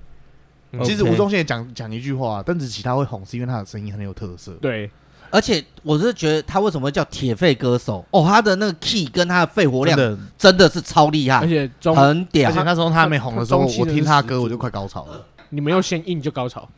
C: 其实
B: OK
C: 吴宗宪也讲讲一句话、邓紫棋她会红是因为她的声音很有特色。
A: 对，
B: 而且我是觉得他为什么会叫铁肺歌手？哦，他的那个 key 跟他的肺活量
C: 真的，
B: 真的是超厉害
A: 而，且中
B: 很
C: 而
B: 屌
C: 且。那时候她还没红的时候，
A: 她她中期
C: 我听她
A: 的
C: 歌
A: 时期
C: 我就快高潮了。
A: 你没有先硬就高潮，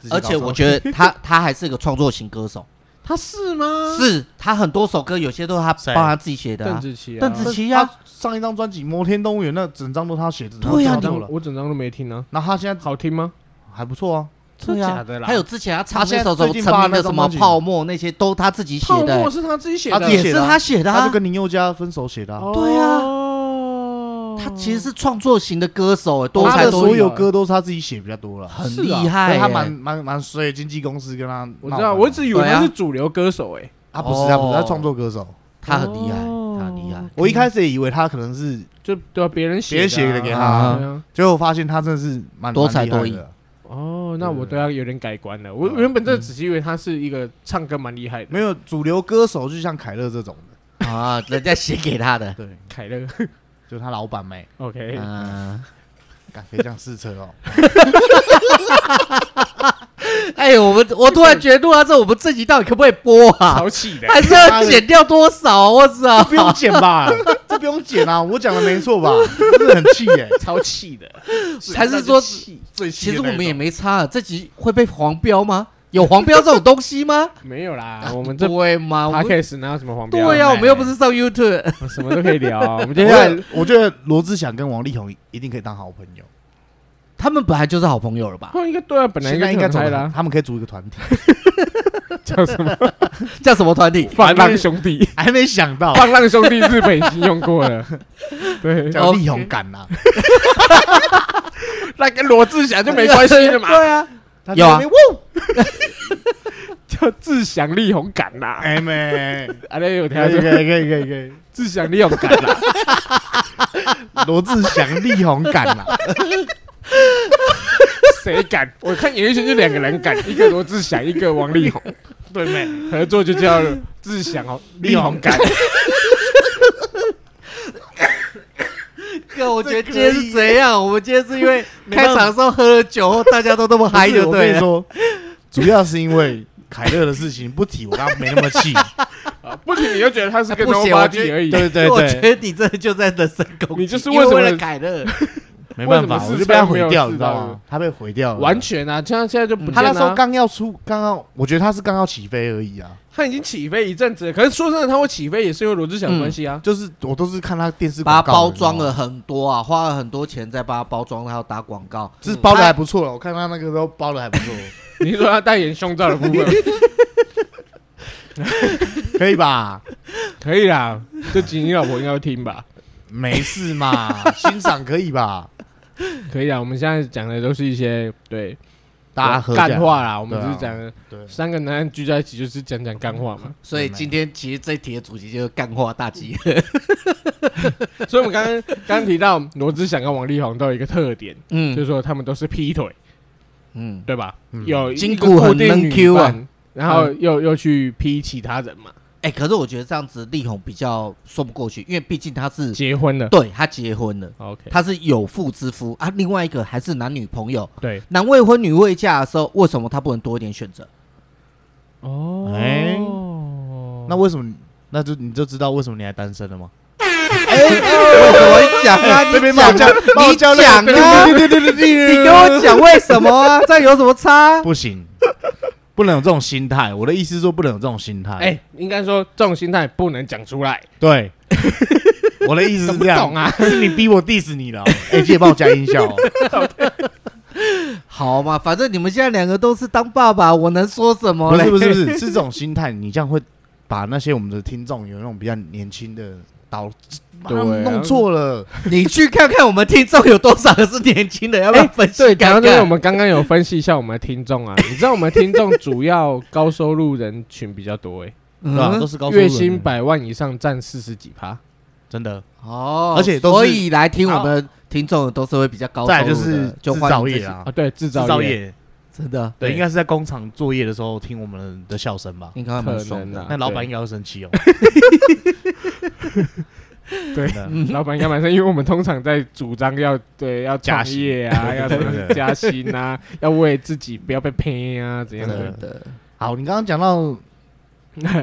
C: 直接
B: 而
C: 高潮
B: 且我觉得他他还是个创作型
A: [LAUGHS]
B: 歌手，
A: 他是吗？
B: 是他很多首歌有些都是他
C: 谁
B: 帮他自己写的
A: 邓
B: 啊。
A: 紫棋啊，
B: 邓紫棋
C: 她
B: 啊，
C: 上一张专辑《摩天动物园》那整张都她写的，
B: 对
A: 呀
B: 啊
C: 她做
B: 你
C: 了。
A: 我整张都没听啊，
C: 然后她现在
A: 好听吗？
C: 还不错啊，
A: 真
B: 对啊
A: 假的啦？
B: 还有之前他唱那首
C: 他
B: 什么
C: 现在最近
B: 成
C: 发的
B: 名
C: 那
B: 的
C: 张
B: 什么
C: 专辑
B: 泡沫那些都他自己写
A: 泡
B: 的
A: 沫
B: 欸，
A: 是他自己写
C: 他
A: 的啊
C: 自己，
B: 也是他写的
C: 她就
B: 啊。
C: 跟林宥嘉分手写的啊。
A: 哦
B: 对啊
A: 哦
B: 他他其实是创作型的歌手，欸多
C: 他
B: 才
C: 的
A: 啊
B: 多
C: 所
B: 艺，
C: 有歌都是哦他自己写比较多了，
B: 很
A: 是啊
B: 厉害
C: 可
B: 耶。
C: 是他蛮蛮蛮衰的，经纪公司跟他闹
A: 我
C: 翻了，
A: 知道，我一直以为
B: 对啊
A: 他是主流歌手诶、
C: 他不是他不是
B: 哦
C: 他创作歌手，
B: 他很厉害，
A: 哦
B: 他很厉害。
C: 我一开始也以为他可能是，
A: 就对啊，别人写
C: 别人写的给他
A: 啊对啊
C: 结果发现他真的是蛮
B: 多才多艺，
C: 蛮厉害的
A: 哦，那我
C: 对
A: 对啊他有点改观了。我我原本真的只是以为他是一个唱歌蛮厉害的，
C: 没有主流歌手，就像凯乐这种的，。
B: 啊，人家写给他的
C: 对，
A: 凯乐。
C: 就他老板没，
A: [LAUGHS] OK，
B: 嗯，
C: 敢可以这样试车
A: [LAUGHS]
C: 哦，
B: 哎，我们我突然觉得录到这，我们这集到底可不可以播啊？
A: 超气的。
B: 还是要剪掉多少？我操！
A: [LAUGHS]
C: 不用剪吧，这不用剪啊，我讲的没错吧？真的很气耶，
A: 超气的，
B: 还是说
A: 气
C: 最气
B: 其
C: 的
B: 实我
C: 那
B: 们也
C: 种
B: 没差啊，这集会被黄标吗？有黄标这种东
A: [LAUGHS]
B: 西吗？
A: 没有
B: [LAUGHS]
A: 啦？啊我们这
B: 对吗？我们
A: podcast 哪有什么黄标？
B: 对啊呀，我们又不
A: 是
B: 是上 YouTube。
A: 什么都可以聊。我们
C: 我
A: 接下
C: 觉
A: 来
C: 得我觉得罗志祥跟王力宏一定可以当好朋友，
B: 他们本来就是好朋友了吧？
A: 换一个对啊，本来
C: 现在应该
A: 该走
C: 走得很
A: 啦，
C: 他们可以组一个团体， [LAUGHS]
A: 叫什么？
B: 叫什么团体？
A: 放浪兄弟，
C: 还没想到
A: 放浪兄弟日本已经用过了，对，
C: 叫力宏敢啊 [LAUGHS] 呐，
A: [LAUGHS] 那跟罗志祥就没关系了嘛，
B: [LAUGHS] 对啊，
C: 他
B: 有啊
C: 在那边呜
A: 叫志祥力宏感啦，
C: 哎 [LAUGHS] 妹，
A: 啊，那有条
C: 可以
A: 件，
C: 可以可以可以可以。
A: 志祥力宏感啦，
C: [LAUGHS] 罗志祥力宏感啊啦、
A: 谁敢？我看演艺圈就两个人敢，一个罗志祥，一个王力宏，
C: 对妹，
A: 合作就叫志祥哦，力宏感。
B: 哥，我觉得今
C: 这可
B: 天是
C: 以
B: 怎样？我们今天是因为
C: 没
B: 开
C: 办法
B: 场的时候喝了酒后，大家都那么嗨
C: 还有
B: 就
C: 我
B: 对
C: 跟你
B: 了。
C: 说，主要是因为凯乐的事情不提，我刚刚没那么气。
A: 啊不仅你就觉得他是个
B: 不
A: no
B: 行我觉
A: body
B: 得
A: 而已，
C: [LAUGHS] 对对
B: 我觉
C: 对，
B: 得你真的就在人身攻击，
A: 你就是
B: 因为
A: 为什么
B: 了凯乐，
C: 没
A: 为
C: 办法，
A: 什么
C: 我
A: 事
C: 就被他
A: 情没
C: 毁
A: 有
C: 掉，
A: 事
C: 你知道
A: 到
C: 吗？他被毁掉了，
A: 完。全啊，像现在就不
C: 他那时候
A: 刚
C: 刚要出，刚刚我觉得他是刚要起飞而已啊，
A: 他已经起飞一阵子了，可是说真的，他会起飞也是因为罗志祥的关系啊。
C: 就是我都是看他电视
B: 把
C: 广
B: 它
C: 告
B: 包装，了
C: 你
B: 很多啊，花了很多钱在把它包装，还要打广告。哎
C: 知道吗就是包的还不错了。我嗯看他那个都包的还不错，
B: 嗯
A: 你说他代言胸罩的部
B: [LAUGHS]
A: 分
C: 可以吧？
A: 可以啦，这集你老婆应该会听吧？
C: 没事 [LAUGHS] 嘛，欣赏可以吧？
A: 可以啊，我们现在讲的都是一些对
C: 大家喝
A: 干话啦，我们
C: 对啊
A: 只是讲
C: 对，
A: 三个男人聚在一起就是讲讲干话
B: [LAUGHS]
A: 嘛。
B: 所以今天其实这一题的主题就是干话大集合。
A: 所以我们刚刚刚刚提到罗志祥跟王力宏都有一个特点，就是
B: 嗯
A: 说他们都是劈腿，
B: 嗯，
A: 对吧？
C: 嗯
A: 有
B: 筋
A: 一个
B: 骨
A: 固
B: 很
A: 定
B: 能
A: 女
B: Q 啊
A: 伴，然后又又去劈其他人嘛，
B: 哎，可是我觉得这样子力宏比较说不过去，因为毕竟他是
A: 结婚了。
B: 对他结婚了，
A: OK，
B: 他是有妇之夫啊。另外一个还是男女朋友，
A: 对
B: 男未婚女未嫁的时候，为什么他不能多一点选择？
A: 哦
C: 哎那为什么？那就你就知道为什么你还单身了吗？
B: 哎，我我讲啊，
C: [LAUGHS] 这边
B: 你
C: 冒
B: 讲
C: 椒
B: 啊，，
C: 冒
B: 你
C: 椒类
B: 讲啊，
C: 对对对对对对
B: 你
C: 对
B: 给
C: [LAUGHS]
B: 我讲为什么啊？这有什么差？
C: [LAUGHS] 不行，不能有这种心态。我的意思是说，不能有这种心态。
A: 哎，应该说这种心态不能讲出来，
C: 对， [LAUGHS] 我的意思
A: 懂
C: 是
A: 不
C: [LAUGHS] 这样
A: 懂。啊？
C: 是你逼我 diss 你了哦， [LAUGHS] 哎，记得帮我加音效 [LAUGHS] 哦。
B: 好嘛，反正你们现在两个都是当爸爸，我能说什么
C: 不
B: 嘞？
C: 是不是不 [LAUGHS] 是，是这种心态，你这样会把那些我们的听众有那种比较年轻的导，
A: 对啊
C: 妈弄错了。
B: 你去看看我们听众有多少个是年轻人，要不
C: 哎
B: 要分析
A: 对，
B: 看
A: 讲到这边，我
B: 看？
A: 们刚刚有分析一下我们的听众啊，你知道我们的听众主要高收入人群比较多，哎，
C: 对吧？都
B: 嗯，
C: 是高收入
A: 月
C: 人
A: 薪百万以上占四十几趴，
C: 真的，
B: 哦，
C: 而且都是
B: 所以来听我们的听众都是会比较高收
C: 再来
B: 入的，
C: 就是
B: 就
C: 制
B: 欢
C: 造
B: 迎
C: 业
B: 这些
C: 啊
A: 啊，，对，制
C: 制造
A: 造业
C: 业，
B: 真的，
A: 对
C: 对，应该是在工厂作业的时候听我们的笑声吧。
B: 应该蛮爽
A: 可能
B: 的
A: 啊。
C: 那老板
A: 对
C: 应该会生 [LAUGHS] 气哦。
A: 对
C: 真的
A: 老板应该蛮深，因为我们通常在主张要对要
C: 加
A: 创业啊，
C: 薪
A: 要
C: 对
A: 什
C: 对
A: 么
C: 对
A: 加薪啊，要为自己不要被骗啊，怎样的
C: 真？
B: 的，
C: 好，你刚刚讲到，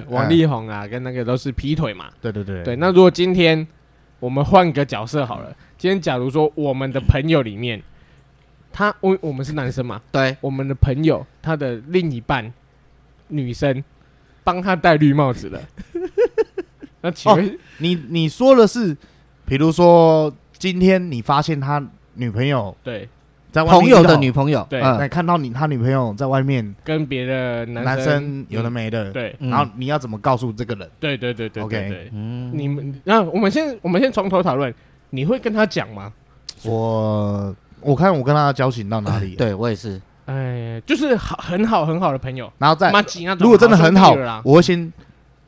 A: 王力宏啊，跟那个都是劈腿嘛。
C: 对对对
A: 对，那如果今天我们换个角色好了，今天假如说我们的朋友里面，他我我们是男生嘛，
B: 对，
A: 我们的朋友他的另一半女生帮他戴绿帽子了， [LAUGHS] 那请问、
C: 你你说的是，比如说今天你发现他女朋友
A: 对
C: 在外面
B: 朋友
C: 遇
B: 的
C: 到
B: 女，朋友，
A: 对
B: 嗯
C: 那你看到你他女朋友在外面
A: 跟别的男
C: 男
A: 生
C: 生有的没的，
A: 对
B: 嗯
C: 然后你要怎么告诉这个人？
A: 对对对对对
C: OK
A: 对。
B: 嗯
A: 你们，那我们先我们先从头讨论。你会跟他讲吗？
C: 我我看我跟他交情到哪里，，啊
B: 对我也是，
A: 哎，就是好很好很好的朋友，
C: 然后再
A: 妈吉那种
C: 如果真的很
A: 好
C: 好
A: 兄弟了啦，
C: 我会先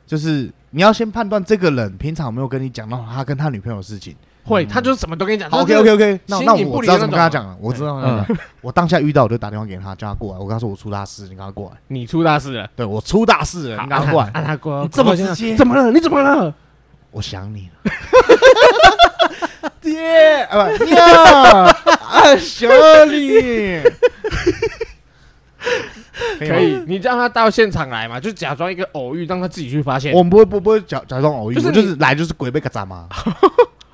C: 就是你要先判断这个人平常有没有跟你讲到他跟他女朋友的事情。
A: 会他就是什么都跟你讲。
C: 嗯好
A: 他就
C: ，OK OK OK，那
A: 形
C: 那
A: 影不
C: 我
A: 离
C: 知道
A: 的
C: 怎么
A: 那
C: 跟他
A: 种啊
C: 讲了，我知
A: 嗯
C: 道怎么跟他讲，我当下遇到我就打电话给他，叫他过来，我跟他说我出大事，你赶快过来。
A: 你出大事了，
C: 对我出大事了，你赶快过来，
A: 啊，他哥
B: 你这么
A: 赶快
B: 直接
A: 怎么了？你怎么了？
C: 我想你了。爹，啊不，娘，啊，想你。
A: 可以，你让他到现场来嘛，就假装一个偶遇，让他自己去发现
C: 吗，。我们不会不不会假假装偶遇，
A: 就是
C: 我
A: 你
C: 就是来就是鬼被个砸嘛，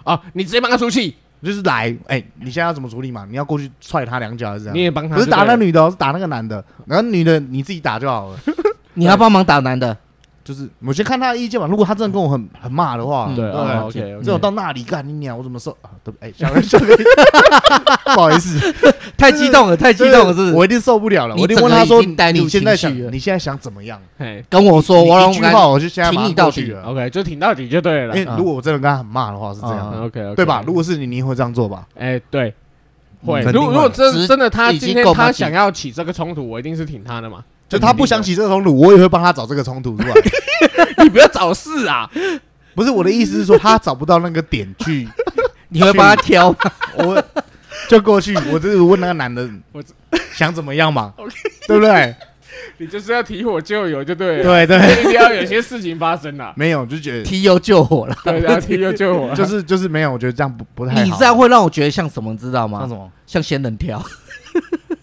A: 啊，你直接帮他出气，
C: 就是来，哎，你现在要怎么处理嘛？你要过去踹他两脚还是怎
A: 你
C: 样？
A: 也帮他。
C: 不是打那
A: 那，
C: 女的哦，是打那个男的，然后女的你自己打就好了。
B: 你要帮忙打男的，
C: 就是我先看他的意见嘛，如果他真的跟我很很骂的话，
A: 对
C: 不
A: 哦，OK，OK
C: 这种到那里干你娘，我怎么受啊？对不对？哎，小哥，小哥， [LAUGHS] 不好意思，
B: 太激动了，太激动了，是不是？
C: 我一定受不了了，
B: 你
C: 我一定
B: 整
C: 问
B: 个
C: 他
B: 已
C: 说：“
B: 经带入
C: 你现在
B: 情
C: 想
B: 绪了
C: 你现在想怎么样
A: 嘿
B: 跟我？”说，我让
C: 一
B: 我
C: 句
B: 感
C: 话我就现在
B: 请
C: 马
B: 你
C: 上
B: 到
C: 过去
B: 底
C: 了，
A: ，OK，就挺到底就对
C: 因
A: 了。嗯
C: 为
B: 啊
C: 如果我真的跟他很骂的话是这
B: 啊
C: 样，
A: OK，
C: 对吧？如果是你，你也会这样做吧？
A: 哎对。会，
C: 肯
A: 如
C: 定
A: 果
C: 会
A: 如果真
B: 直
A: 真的他
B: 已
A: 今
B: 经
A: 天
B: 够
A: 他
B: 麻吉
A: 想要起这个冲突，我一定是挺他的嘛。
C: 就他不想起这个冲突，我也会帮他找这个冲突出来。 [LAUGHS]
A: 你不要找事 [LAUGHS] 啊！
C: 不是我的意思是说，他找不到那个点去，
B: [LAUGHS] 你会帮他挑 [LAUGHS] 吗？
C: 我就过去，我就是问那个男的
A: 我，
C: 想怎么样嘛？对不对？
A: 你就是要提火救油就对了，
C: 对对，。
A: 一定要有些事情发生啦
C: [LAUGHS] 没有，就觉得
B: 提油救火了，
A: 对，要提油救火。
C: 就是就是没有，我觉得这样不不太好。嗯
B: 你这样会让我觉得像什么，你知道
C: 像
B: 吗
C: 什？么？
B: 像仙人
C: [LAUGHS]
B: 跳，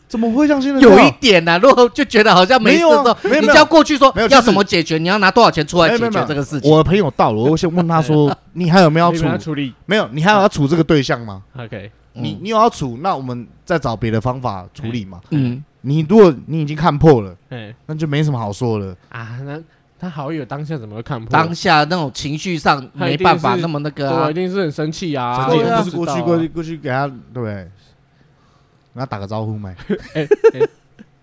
C: 怎么会像现在这
B: 有
C: 样
B: 一点呐，如果就觉得好像没
C: 没
B: 事
C: 有
B: 的时
C: 啊
B: 候，
C: 没有
B: 你就
C: 没有
B: 要过去说
C: 没有就
B: 要
C: 是
B: 什么解决，你要拿多少钱出来
C: 没有
B: 解
C: 没有
B: 决这个事情。
C: 我的朋友到了，我会先问他说：“你还有没有
A: 你
C: 要
A: 们要
C: 处？
A: 处理。
C: 没有，你还有要处这个对象吗？
A: OK，
B: 嗯
C: 你你有要处，那我们再找别的方法处理嘛。
B: 嗯，
C: 你如果你已经看破了，
A: 哎
C: 那就没什么好说了。
A: 啊，那他好友当下怎么会看破？
B: 当下那种情绪上
A: 他一
B: 没
A: 定
B: 办法
A: 是
B: 那么那个
A: 对啊，
B: 啊
A: 一，定是很生气啊！
C: 反
B: 生气
C: 正
A: 对
C: 又
A: 啊
C: 不是过
B: 对
C: 去
B: 啊
C: 过去过去给他对不对，跟他打个招呼没？
A: 哎，哎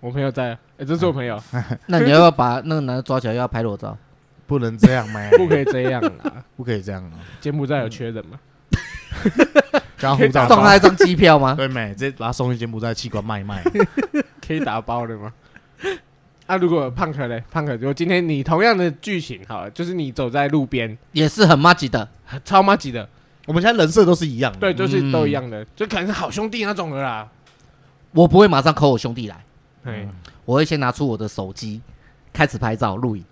A: 我朋友在，哎，这是我朋友，
B: 那你要不要把那个男的抓起来，要拍裸照？
C: 不能这样没，
A: 不可以这样啦。
C: 不可以这样啊！
A: 柬埔寨有缺人嘛？
B: [LAUGHS]
C: 叫他护照
B: 送他一张机票吗？
C: 对没？直接把他送去柬埔寨器官卖一卖。 [LAUGHS]
A: 可以打包的吗？ [LAUGHS] 啊，如果胖可嘞，胖可，如果今天你同样的剧情好了，就是你走在路边，
B: 也是很麻吉的，
A: 超妈级的，
C: 我们现在人设都是一样的，
A: 对，就是
B: 嗯
A: 都一样的，就可能是好兄弟那种的啦。
B: 我不会马上 call 我兄弟来，
A: 哎，
B: 我会先拿出我的手机开始拍照录影，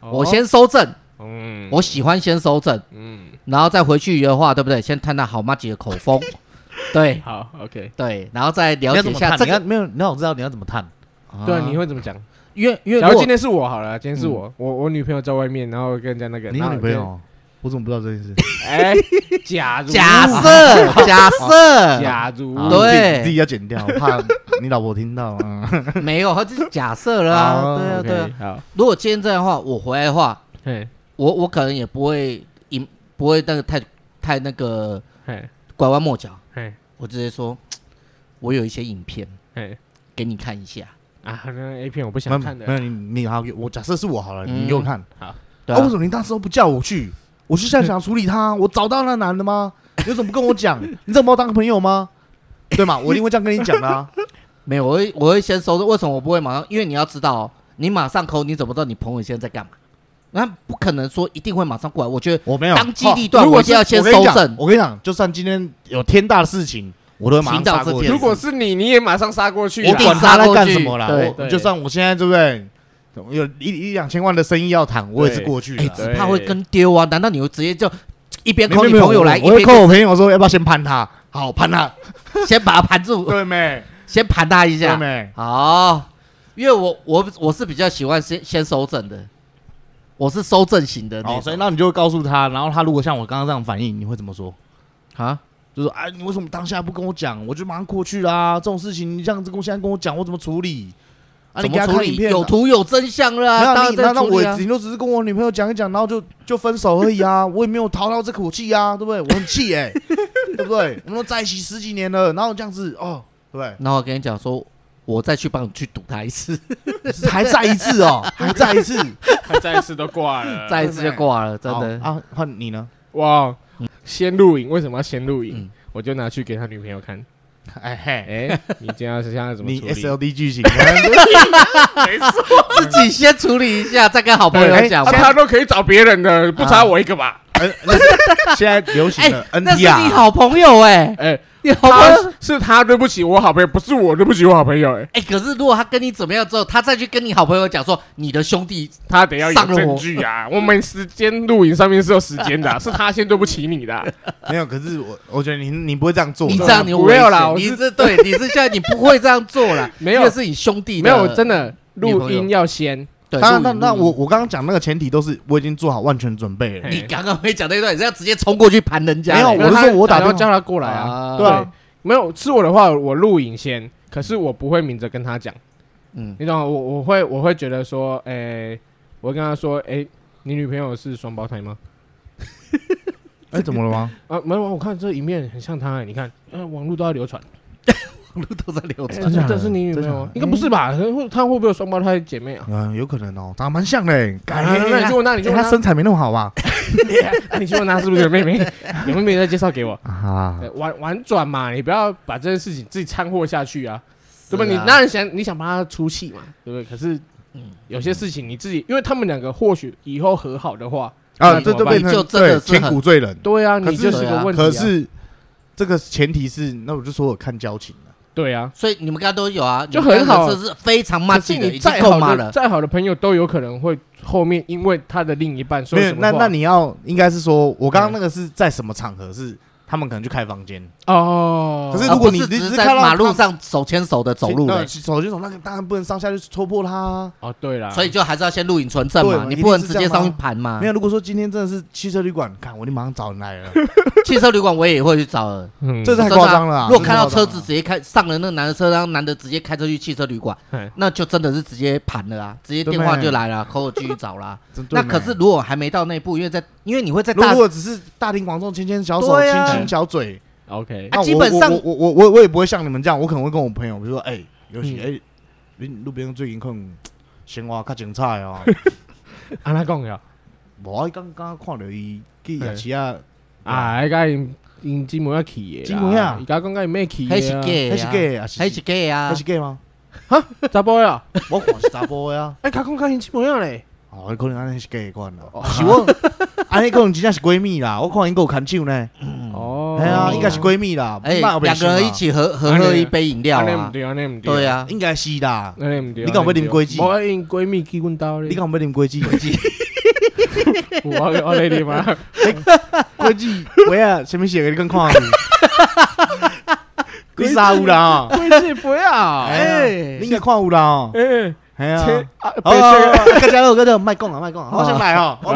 A: 哦
B: 我，先收证，
A: 嗯，
B: 我喜欢先收证，
A: 嗯，
B: 然后再回去的话，对不对？先探探好麻吉的口
C: [LAUGHS]
B: 风，对
A: 好，OK，
B: 对，然后再了
C: 你要
B: 解
C: 怎
B: 一
C: 么
B: 下
C: 探？
B: 这
C: 你要
B: 个，
C: 没有？你要我知道你要怎么探？
A: 对啊，
B: 啊
A: 你会怎么讲？
B: 因为因为
A: 假
B: 如
A: 如
B: 果
A: 今天是我好了，今天是我，我我女朋友在外面，然后跟人家那个，
C: 你
A: 然
C: 有
A: 后
C: 女朋友哦？我怎么不知道这件事？
A: 就？哎，假如
B: 假 [LAUGHS] 设假设
A: 假如
B: 啊对
C: 你自己要剪掉，怕你老婆听到。嗯
B: [LAUGHS] 没有，这是假设了啊，
C: 好
B: 对啊
A: 哦 OK，
B: 对啊。
A: 好，
B: 如果今天这样的话，我回来的话，
A: 嘿，
B: 我我可能也不会赢，不会那个太太那个
A: 嘿，
B: 拐弯抹角，
A: 嘿，
B: 我直接说，我有一些影片
A: 嘿，
B: 给你看一下。
A: 啊，那 A 片我不想看
C: 没
A: 的，
C: 有你，你好，我假设是我好了，
B: 嗯
C: 你给我看。
B: 对
C: 啊
B: 啊
C: 为什么你那时候不叫我去？我是现在想处理他，我找到那男的吗？你怎么不跟我讲？你怎么把我当个朋友吗？对嘛，我一定会这样跟你讲的啊。
B: 没有，我会我会先收着。为什么我不会马上？因为你要知道、哦，你马上抠，你怎么知道你朋友现在在干嘛？那不可能说一定会马上过来。我觉得
C: 我没有
B: 当机立断，
C: 哦如
B: 我
C: 果
B: 一
C: 是
B: 定要先
C: 我跟
B: 收
C: 你讲
B: 正。
C: 我跟你讲，就算今天有天大的事情，我都会马上
B: 听到
C: 杀过
B: 这
C: 去。
B: 件
A: 如果是你，你也马上杀过去啦，
C: 我
B: 定
C: 管
B: 杀
C: 他在
B: 过
C: 干
B: 去啊
C: 什么啦，
B: 对
C: 我
A: 对
C: 就算我现在对不对？有一一两千万的生意要谈，我也是过去的
B: 哎、
C: 啊。
A: 对
B: 只怕会跟丢啊！难道你会直接就一边
C: 没
B: 抠
C: 没
B: 你
C: 没有
B: 朋友来，
C: 我
B: 一
C: 我会
B: 边
C: 扣我朋友说要不要先盘他？好，盘他，
B: 先把他盘住，
C: [LAUGHS] 对没？
B: 先盘他一
C: 对
B: 下？
C: 没？
B: 好，因为我我我是比较喜欢先先收正的，我是收正型的
C: 哦
B: 那，
C: 所
B: 种。
C: 以那你就会告诉他，然后他如果像我刚刚这样反应，你会怎么说？
B: 啊，
C: 就说哎，你为什么当下不跟我讲？我就马上过去啦。这种事情你这样子跟我现在跟我讲，我怎么处理？啊，
B: 怎么
C: 你给他
B: 处
C: 看影
B: 理？
C: 片啊，
B: 有图有真相了、
C: 没有
B: 啊，当
C: 啊
B: 然
C: 你那
B: 在
C: 那
B: 处
C: 我
B: 理啊。
C: 顶多只是跟我女朋友讲一讲，然后就就分手而已啊，我也没有逃到这口气啊，对不对？我很气哎，对不对？我们都在一起十几年了，然后这样子哦，对
B: 然后我跟你讲说，我再去帮你去堵他一
C: [LAUGHS]
B: 次，[LAUGHS]
C: 不对？还再一次哦，还再一次，
A: [LAUGHS] 他再一次都挂了，
B: [LAUGHS] 再一次就挂了，真的。
C: 好啊，换你呢？
A: 哇，先录影，为什么要先录影
B: 嗯？
A: 我就拿去给他女朋友看。
B: 哎嘿，
A: 哎，你今天要是现在怎么
C: 你
A: 处理？
C: SLD 剧情， [LAUGHS]
B: 自己先处理一下，再跟好朋友
C: 哎
B: 讲
A: 啊
B: 吧。啊
A: 他都可以找别人的，不差我一个吧？
C: 呃那是现在流行
B: 哎
C: 的，
B: 那是
C: NT
B: 你
C: 啊，
B: 好朋友哎，
A: 哎，
B: 你好朋友
A: 他是他对不起我好朋友，不是我对不起我好朋友。哎，
B: 哎，可是如果他跟你怎么样之后，他再去跟你好朋友讲说你的兄弟
A: 他得要有
B: 上了
A: 证
B: 我
A: 据啊！我们时间录影上面是有时间的
B: [LAUGHS]
A: 啊，是他先对不起你的啊。
C: 没有。可是我我觉得你你不会这样做，
B: 你这样你有
A: 不要啦
B: 危险
A: 我是
B: 你是对，你是现在你不会这样做啦，
A: 没有
B: 因为是你兄弟
A: 没
B: 的，
A: 有，真的
B: 女
A: 录
B: 朋友
A: 音要先，
B: 对。
C: 当然，
B: 录
C: 那
B: 影
C: 那
B: 录影
C: 我我刚刚讲那个前提都是我已经做好万全准备了
A: 嘿。
B: 你刚刚没讲那一段，你是要直接冲过去盘人家
C: 没
B: 嘞？
C: 有我是
A: 他
C: 说我打
A: 然后
C: 电话
A: 叫他过来啊。
C: 对啊，
A: 没有是我的话，我录影先，可是我不会明着跟他讲，
B: 嗯，
A: 你懂吗？我我会我会觉得说，诶，我会跟他说，诶，你女朋友是双胞胎吗？
C: 哎，怎么了吗？ [LAUGHS]
A: 啊，没有，我看这一面很像他，你看，呃，网络都在流传，
B: 路都在流
A: 诶
B: 传。
C: 真假的
A: 这是你女朋
C: 真
A: 友
C: 假
A: 吗
C: 的？
A: 应该不是吧？可能会她会不会有双胞胎姐妹啊？
C: 嗯，有可能哦，长得蛮像的欸。
A: 啊
C: 改
A: 那那你
C: 哎
A: 去问他，你去问
C: [LAUGHS] 他
A: 他
C: 身材没那么好
B: [LAUGHS]
C: 吧？，
A: 那你去问他是不是有妹妹？ [LAUGHS] 有妹妹再介绍给我，
C: 啊
A: 对，婉婉转嘛，你不要把这件事情自己掺和下去啊，对吧？
B: 是
A: 你
B: 啊
A: 当然想你想帮他出气嘛，对不对？可是有些事情你自己，因为他们两个或许以后和好的话，
C: 啊，
A: 那怎
C: 这
A: 么
C: 就
A: 办
C: 变成
B: 就真
C: 对
B: 的是
C: 千
B: 很
C: 古罪人。
A: 对啊，
C: 可是
A: 你就是个问题、啊。
C: 可是这个前提是，那我就说我看交情了。
A: 对啊，
B: 所以你们刚刚都有啊，
A: 就
B: 你们
A: 很
B: 刚刚
A: 好
B: 这是非常骂
A: 可
B: 自
A: 是
B: 己的，
A: 你
B: 已经
A: 再
B: 够
A: 好
B: 骂
A: 的
B: 了。
A: 再好的朋友都有可能会后面因为他的另一半说
C: 没
A: 什
C: 有，
A: 么
C: 那
A: 话
C: 那你要应该是说，我刚刚那个是在什么场合？是他们可能去开房间，
A: 哦，
C: 可是
B: 而
C: 如果
B: 不
C: 你
B: 是
C: 只
B: 只
C: 是
B: 在
C: 看到
B: 马
C: 他呃
B: 路上手牵手的走路
C: 那
B: 嘞，
C: 手就走，那个当然不能上下去戳破他啊。
A: 哦，对啦，
B: 所以就还是要先录影存证嘛，
C: 对
B: 你不
C: 一
B: 能
C: 定
B: 直
C: 是这
B: 接
C: 样吗啊
B: 上去盘嘛
C: 没。有，如果说今天真的是汽车旅馆，看我就马上找人来
B: [LAUGHS]
C: 了，
B: 汽车旅馆我也会去找的，
A: 嗯
C: 这 [LAUGHS] 太
B: 真的啊
C: 夸张了啊。
B: 如果看到车
C: 这太夸
B: 子
C: 张了嗯
B: 直接开上了那个男的车，然后男的直接开车去汽车旅馆
A: 嘿，
B: 那就真的是直接盘了啊，直接电话就来了，扣我继续找啦。
C: 真 [LAUGHS] 对
B: 那
C: 没
B: 可是如果还没到那一步，因为在因为你会在
C: 如果
B: 大
C: 如果只是大庭广众牵牵小手、
B: 对
C: 亲
B: 啊
C: 亲小嘴，
A: OK，
B: 啊
C: 欸那我
B: 基本上
C: 我我我我我也不会像你们这样，我可能会跟我朋友，比如说，哎，尤其
A: 嗯
C: 哎，你路边最近可能生活较精彩
B: [LAUGHS]
C: 哦。
A: 安啊拉讲呀，
C: 我刚刚看到伊去夜市啊，
A: 啊，迄个因因姊妹要去的啦，
C: 姊妹啊
A: 伊家讲讲伊咩去
B: 还是
A: 的
B: gay，
C: 那是 gay 啊，
B: 还是 gay 啊
C: 那，是 gay 吗？ [LAUGHS]
A: 啊，查甫的啊，
C: 我看是查甫的啊，
A: 哎，家讲讲因姊妹啊嘞，
C: 哦，可能安尼是 gay 的款啦
A: 哦，
C: [LAUGHS] 是我，安尼可能真正是闺蜜啦，我看因有牵手呢，
A: 哦，
C: 哎呀，
B: 哦
C: 应该是闺蜜啦，
B: 哎，
C: 莫有白
B: 两
C: 想
B: 个
C: 啊
B: 人一，起合合
A: 安尼
B: 喝一杯饮料
A: 安尼
B: 啊
A: 毋，对，安尼毋对，
B: 对，啊，
C: 应该是啦，
A: 安尼毋对，
C: 你敢有要啉果汁
A: 我因闺蜜去阮兜咧，
C: 你敢有要啉果汁？果汁，
A: 有我我来啉啊，
C: 果汁，喂啊，什么写给你看看你？你啥有啦？
A: 果汁杯啊，
C: 哎呀，你应该看有啦，
A: 哎，
C: 哎呀，
A: 切啊，
C: 哦，
A: 白色的
C: 各家各家卖讲啊卖讲啊，好想来
B: [LAUGHS]
C: 哦，我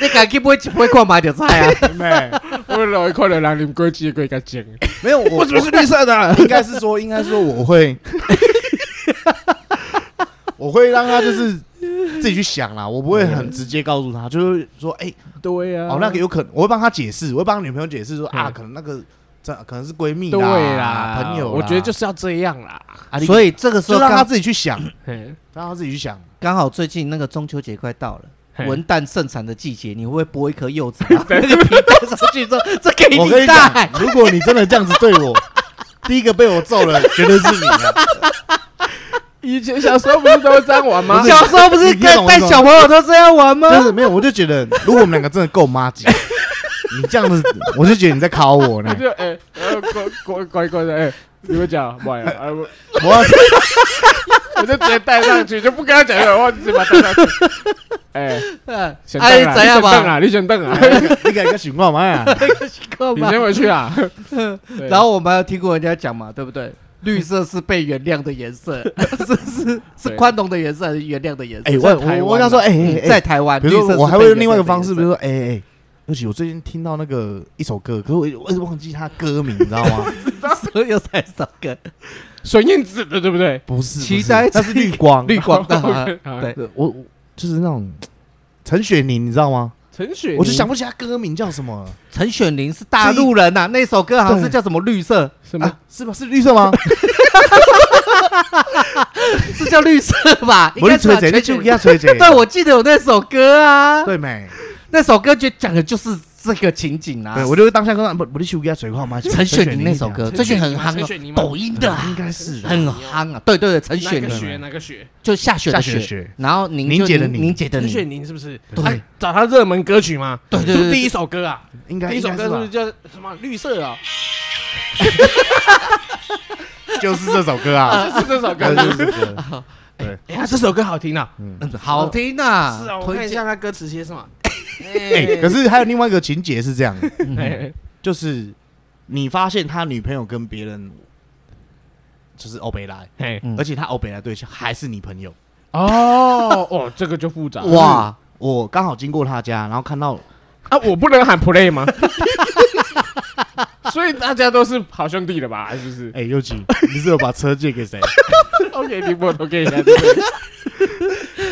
B: 你家去买一杯看买就知
C: [LAUGHS]
B: 啊。
C: 妹。
A: 我落去看到人啉果汁，过较精，
C: 没有，我我怎么是绿色的？应该是说，应该说我会，我会让他就是自己去想啦，我不会很直接告诉他，就是说，哎、
A: 对啊，
C: 哦，那个有可能，我会帮他解释，我会帮女朋友解释说啊，
A: 嗯
C: 可能那个这可能是闺蜜
A: 对啦
C: 啦，，朋友啦，
A: 我觉得就是是要这样啦，
B: 所以这个时
C: 啊就
B: 候
C: 让他
B: 刚
C: 自己去想，
A: 嘿
C: 让他自己去想。
B: 刚好最近那个中秋节快到了。
A: 嘿
B: 文旦盛产的季节，你会不会剥一颗柚子，
C: [LAUGHS]
B: 然后 [LAUGHS] 那个皮带上去说这给
C: 我跟
B: 你
C: 你讲
B: 带？，
C: 如果你真的这样子对
B: [LAUGHS]
C: 我，第一个被我揍了绝对是你啊！
A: 以前小时候不是都会这样玩吗？
B: 小时候不是
C: 你听懂
B: 跟
C: 我
B: 带
C: 懂
B: 小朋友都这样玩吗？
C: 就是没有，我就觉得如果我们两个真的够妈鸡，你这样子，我就觉得你在考我呢
B: [LAUGHS]
A: 他。就哎，呃乖乖乖乖的哎，你们讲，不然哎我
C: 我要
A: 我就直接带上去，就不跟他讲了，我直接把他带上去。哎，
B: 嗯，
A: 选
B: [LAUGHS] 哎，
A: 凳啊，你
B: 怎
A: 选凳
B: 样吧？
A: 啊，你选凳
B: [LAUGHS]
A: 啊，
C: 哎你改个情况嘛呀？
A: 你先回去
B: [LAUGHS]
A: 啊。对
B: 然后我们还有听过人家讲嘛，对不对？绿色是被原谅的颜色， [LAUGHS] 是是是
A: 对
B: 宽容的颜色，还是原谅的颜色？
C: 哎，
B: 在
C: 我
B: 台
C: 我
B: 湾
C: 我要说，哎
B: 嗯
C: 哎
B: 在
C: 哎，
B: 台湾，
C: 比如
B: 绿色
C: 说
B: 是
C: 我还
B: 被
C: 会
B: 原
C: 用另外一个
B: 谅的
C: 方式，
B: 颜
C: 比如
B: 色
C: 说，哎哎哎，而且我最近听到那个一首歌，可是我我一直忘记它歌名，你知道吗？
B: [LAUGHS] 所有才首
C: [LAUGHS]
B: 歌，
A: 孙燕姿的对不对？
C: 不是，
B: 期
C: 不是
B: 待
C: 那是绿光，
B: 绿光的
C: [LAUGHS]
B: 啊
A: OK，好
B: 对
C: 对我我就是那种陈雪凝，你知道吗？
A: 陈雪凝，
C: 我就想不起她歌名叫什么了
B: 陈雪凝是大陆人呐、那首歌好像是
C: 对
B: 叫什么绿色，
A: 什么
C: 啊？是吧？是绿色吗？
B: 是叫绿色吧？应
C: 我
B: 该
C: 是
B: 是吧
C: 锤姐，你
B: 陈
C: 就
B: 雪
C: 给他锤姐。
B: 对，我记得有那首歌啊。
C: [LAUGHS] 对没？
B: 那首歌就讲的就是这个情景啊
C: 对，。我就当下跟他不不是修给他水话吗？
B: 陈雪凝那首歌
A: 陈
B: 最近
A: 雪
B: 很
A: 凝吗
B: 夯
A: 陈雪
B: 哦
A: 凝，吗
B: 抖音的啊
C: 应该
A: 陈
C: 是
A: 雪
B: 很
A: 凝
B: 夯啊。对对对，陈雪
A: 哪个雪
B: 凝
A: 哪个雪？
B: 就下雪
C: 下
B: 的
C: 雪的
B: 雪，
C: 雪，
B: 然后凝
C: 凝
B: 就
C: 结的凝
B: 凝结的
A: 陈雪
B: 凝，
A: 凝是不是？
B: 对
A: 他找他热门歌曲吗？
B: 对对
A: 是不
B: 对
A: 是
B: 对
A: 第一首歌啊，
C: 应该
A: 第一首歌是不是
C: 应
A: 叫什么绿色
B: 哦
A: 啊？
C: 该是吧就是这首歌啊，
A: 就是这首歌。
C: 就是这首歌。
A: 哎呀，这首歌好听啊！
B: 嗯 [LAUGHS] 好听啊。
A: 是啊，我看
B: 推
A: 一
B: 荐
A: 下他歌词写什
B: [LAUGHS]
A: 么。
C: 哎，可是还有另外一个情节是这样，的，
A: 哎，
C: 就是你发现他女朋友跟别人就是欧北来，
A: 哎，
B: 嗯
C: 而且他欧北来对象还是你朋友。
A: 哦，哦，这个就复杂哇
B: 哇，
C: 我刚好经过他家，然后看到
A: 啊！我不能喊 play 吗？ [LAUGHS] 所以大家都是好兄弟了吧？是不是
B: [LAUGHS]
C: 哎，尤其你是有把车借给谁？ [LAUGHS]
A: ？OK，你我都可以来。对不对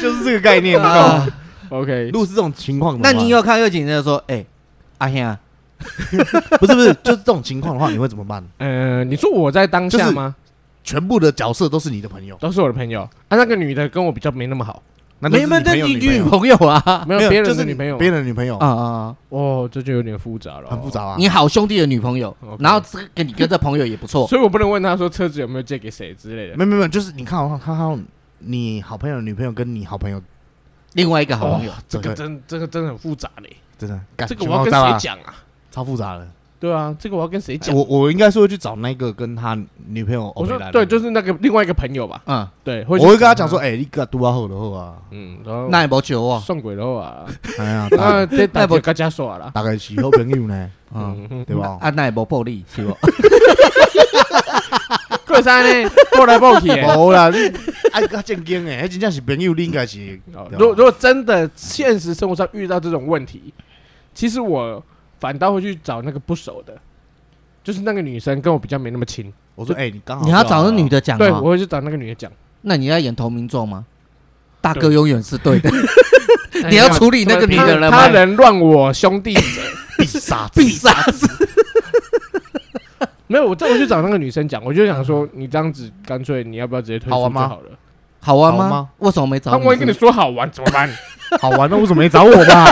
C: 就是这个概念，你懂吗
B: 啊？
A: OK，
C: 如果是这种情况的话，
B: 那你有看到警察说，哎，阿兄啊，
C: [LAUGHS] 不是不是，就是这种情况的话，你会怎么办？
A: 呃，你说我在当
C: 就
A: 下
C: 是
A: 吗？
C: 全部的角色都是你的朋友，
A: 都是我的朋友啊，那个女的跟我比较没那么好，
C: 那
B: 没
C: 们
B: 门的你女朋友啊，
A: 没有别人的女朋友
C: 别。人的女朋友
B: 啊啊，
A: 哦，这就有点复杂了，
C: 很复。杂啊。
B: 你好兄弟的女朋友
A: OK，
B: 然后这个跟你跟这朋友也不错，
A: 所以我不能问他说车子有没有借给谁之类的。
C: 没没没，就是你看好看好你好朋友的女朋友跟你好朋友，
B: 另外一个好朋友
A: 哦，这个真这个真的很复杂嘞，
C: 真的干
A: 这个我要
C: 全部
A: 跟
C: 都
A: 谁
C: 知道啊？
A: 讲啊？
C: 超复杂的。
A: 对啊，这个我要跟谁讲？
C: 我我应该是会去找那个跟他女朋友哦
A: 我
C: 欧北
A: 说
C: 来的
A: 对，就是那个另外一个朋友吧，
B: 嗯，
A: 对，我
C: 我会跟他讲说，，哎，你个都要后的后啊，
A: 嗯，然后
B: 那也没酒啊，
A: 送鬼佬 [LAUGHS]
C: [LAUGHS]
A: 啊，
C: 哎呀，大
A: 那这
B: 那
A: 大
B: 不
A: 伯跟家说了，
C: 大概是好朋友呢，
B: 嗯，
A: 嗯，哦
C: 对
A: [LAUGHS]
C: 吧？
B: 啊，那也没暴力是不？
A: 过山呢，抱来抱去
C: [LAUGHS]
A: 的。
C: 无啦，你爱较正经诶，迄真正是朋友，你应该是
A: 哦如果如果真的现实生活上遇到这种问题，其实我反倒会去找那个不熟的，就是那个女生跟我比较没那么亲，
C: 我说诶，哎你刚好
B: 你要找那女，的讲
A: 对
B: 啊
A: 我，会去找那个女的讲。
B: 那你要演投名状吗？大哥永远是
A: [LAUGHS]
B: 对的，你要处理那个女的了吗
A: 哎他能乱我兄弟者，
C: 必杀
B: [LAUGHS] 必杀之
A: [LAUGHS] 没有，我这我去找那个女生讲，我就想说你这样子干脆你要不要直接退出
C: 好
A: 就
C: 玩吗
A: 好了？
B: 好玩
C: 好玩
B: 吗
C: 吗？
B: 为什么没
A: 他
B: 找
A: 万一跟你
B: 你？
A: 说好玩怎么办？ [LAUGHS]
B: [LAUGHS]
C: 好玩，那为什么没找我嘛？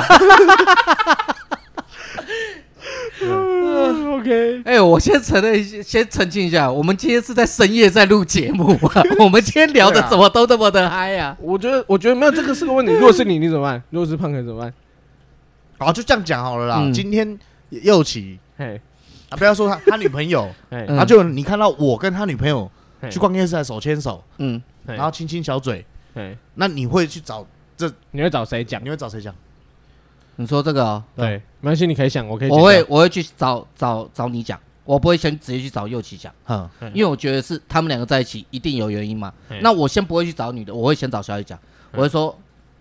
A: 嗯 OK，
B: 哎，我先承认一下，先澄清一下，我们今天是在深夜在录节目
A: [LAUGHS]
B: 啊，我们今天聊的
A: 对啊
B: 怎么都那么的嗨啊！
A: 我觉得我觉得没有这个是个问题。如果是你，你怎么办？如果是胖哥怎么办？
C: [LAUGHS] 好，就这样讲好了啦。
B: 嗯
C: 今天又起
A: 嘿，
C: 啊，不要说他他女朋友，
A: 嘿，
B: [LAUGHS] 嗯
C: 然后就你看到我跟他女朋友
A: 嘿
C: 去逛夜市，还手牵手，
B: 嗯，
A: 嘿
C: 然后亲亲小嘴，
A: 嘿，
C: 那你会去找
A: 你会找谁讲？
C: 你会找谁讲？
B: 你说这个哦，
A: 对，没关系，你可以想，我可以剪掉。
B: 我会我会去找找找你讲，我不会先直接去找右奇讲，
C: 嗯，
A: 嗯
B: 因为我觉得是他们两个在一起一定有原因嘛
A: 嗯。
B: 那我先不会去找女的，我会先找小雨讲，
C: 嗯
B: 我会说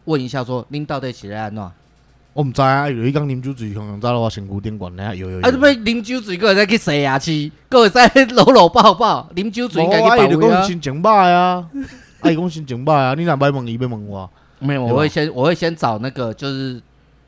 B: 问一下说恁到底是在安怎？啊，
C: 我唔知啊，有一讲啉酒醉，熊熊早的话，身躯顶管，下有有有。
B: 你被啉酒醉，个人在去洗牙齿，个人在搂搂抱抱，啉酒醉应该
C: 无啊伊
B: 去
C: 就
B: 保卫
C: 讲
B: 啊。
C: 心情歹啊， [LAUGHS] 啊，伊讲心情歹啊，你若歹问伊，要问我。
B: 没有，
C: 对吧
B: 我会先我会先找那个就是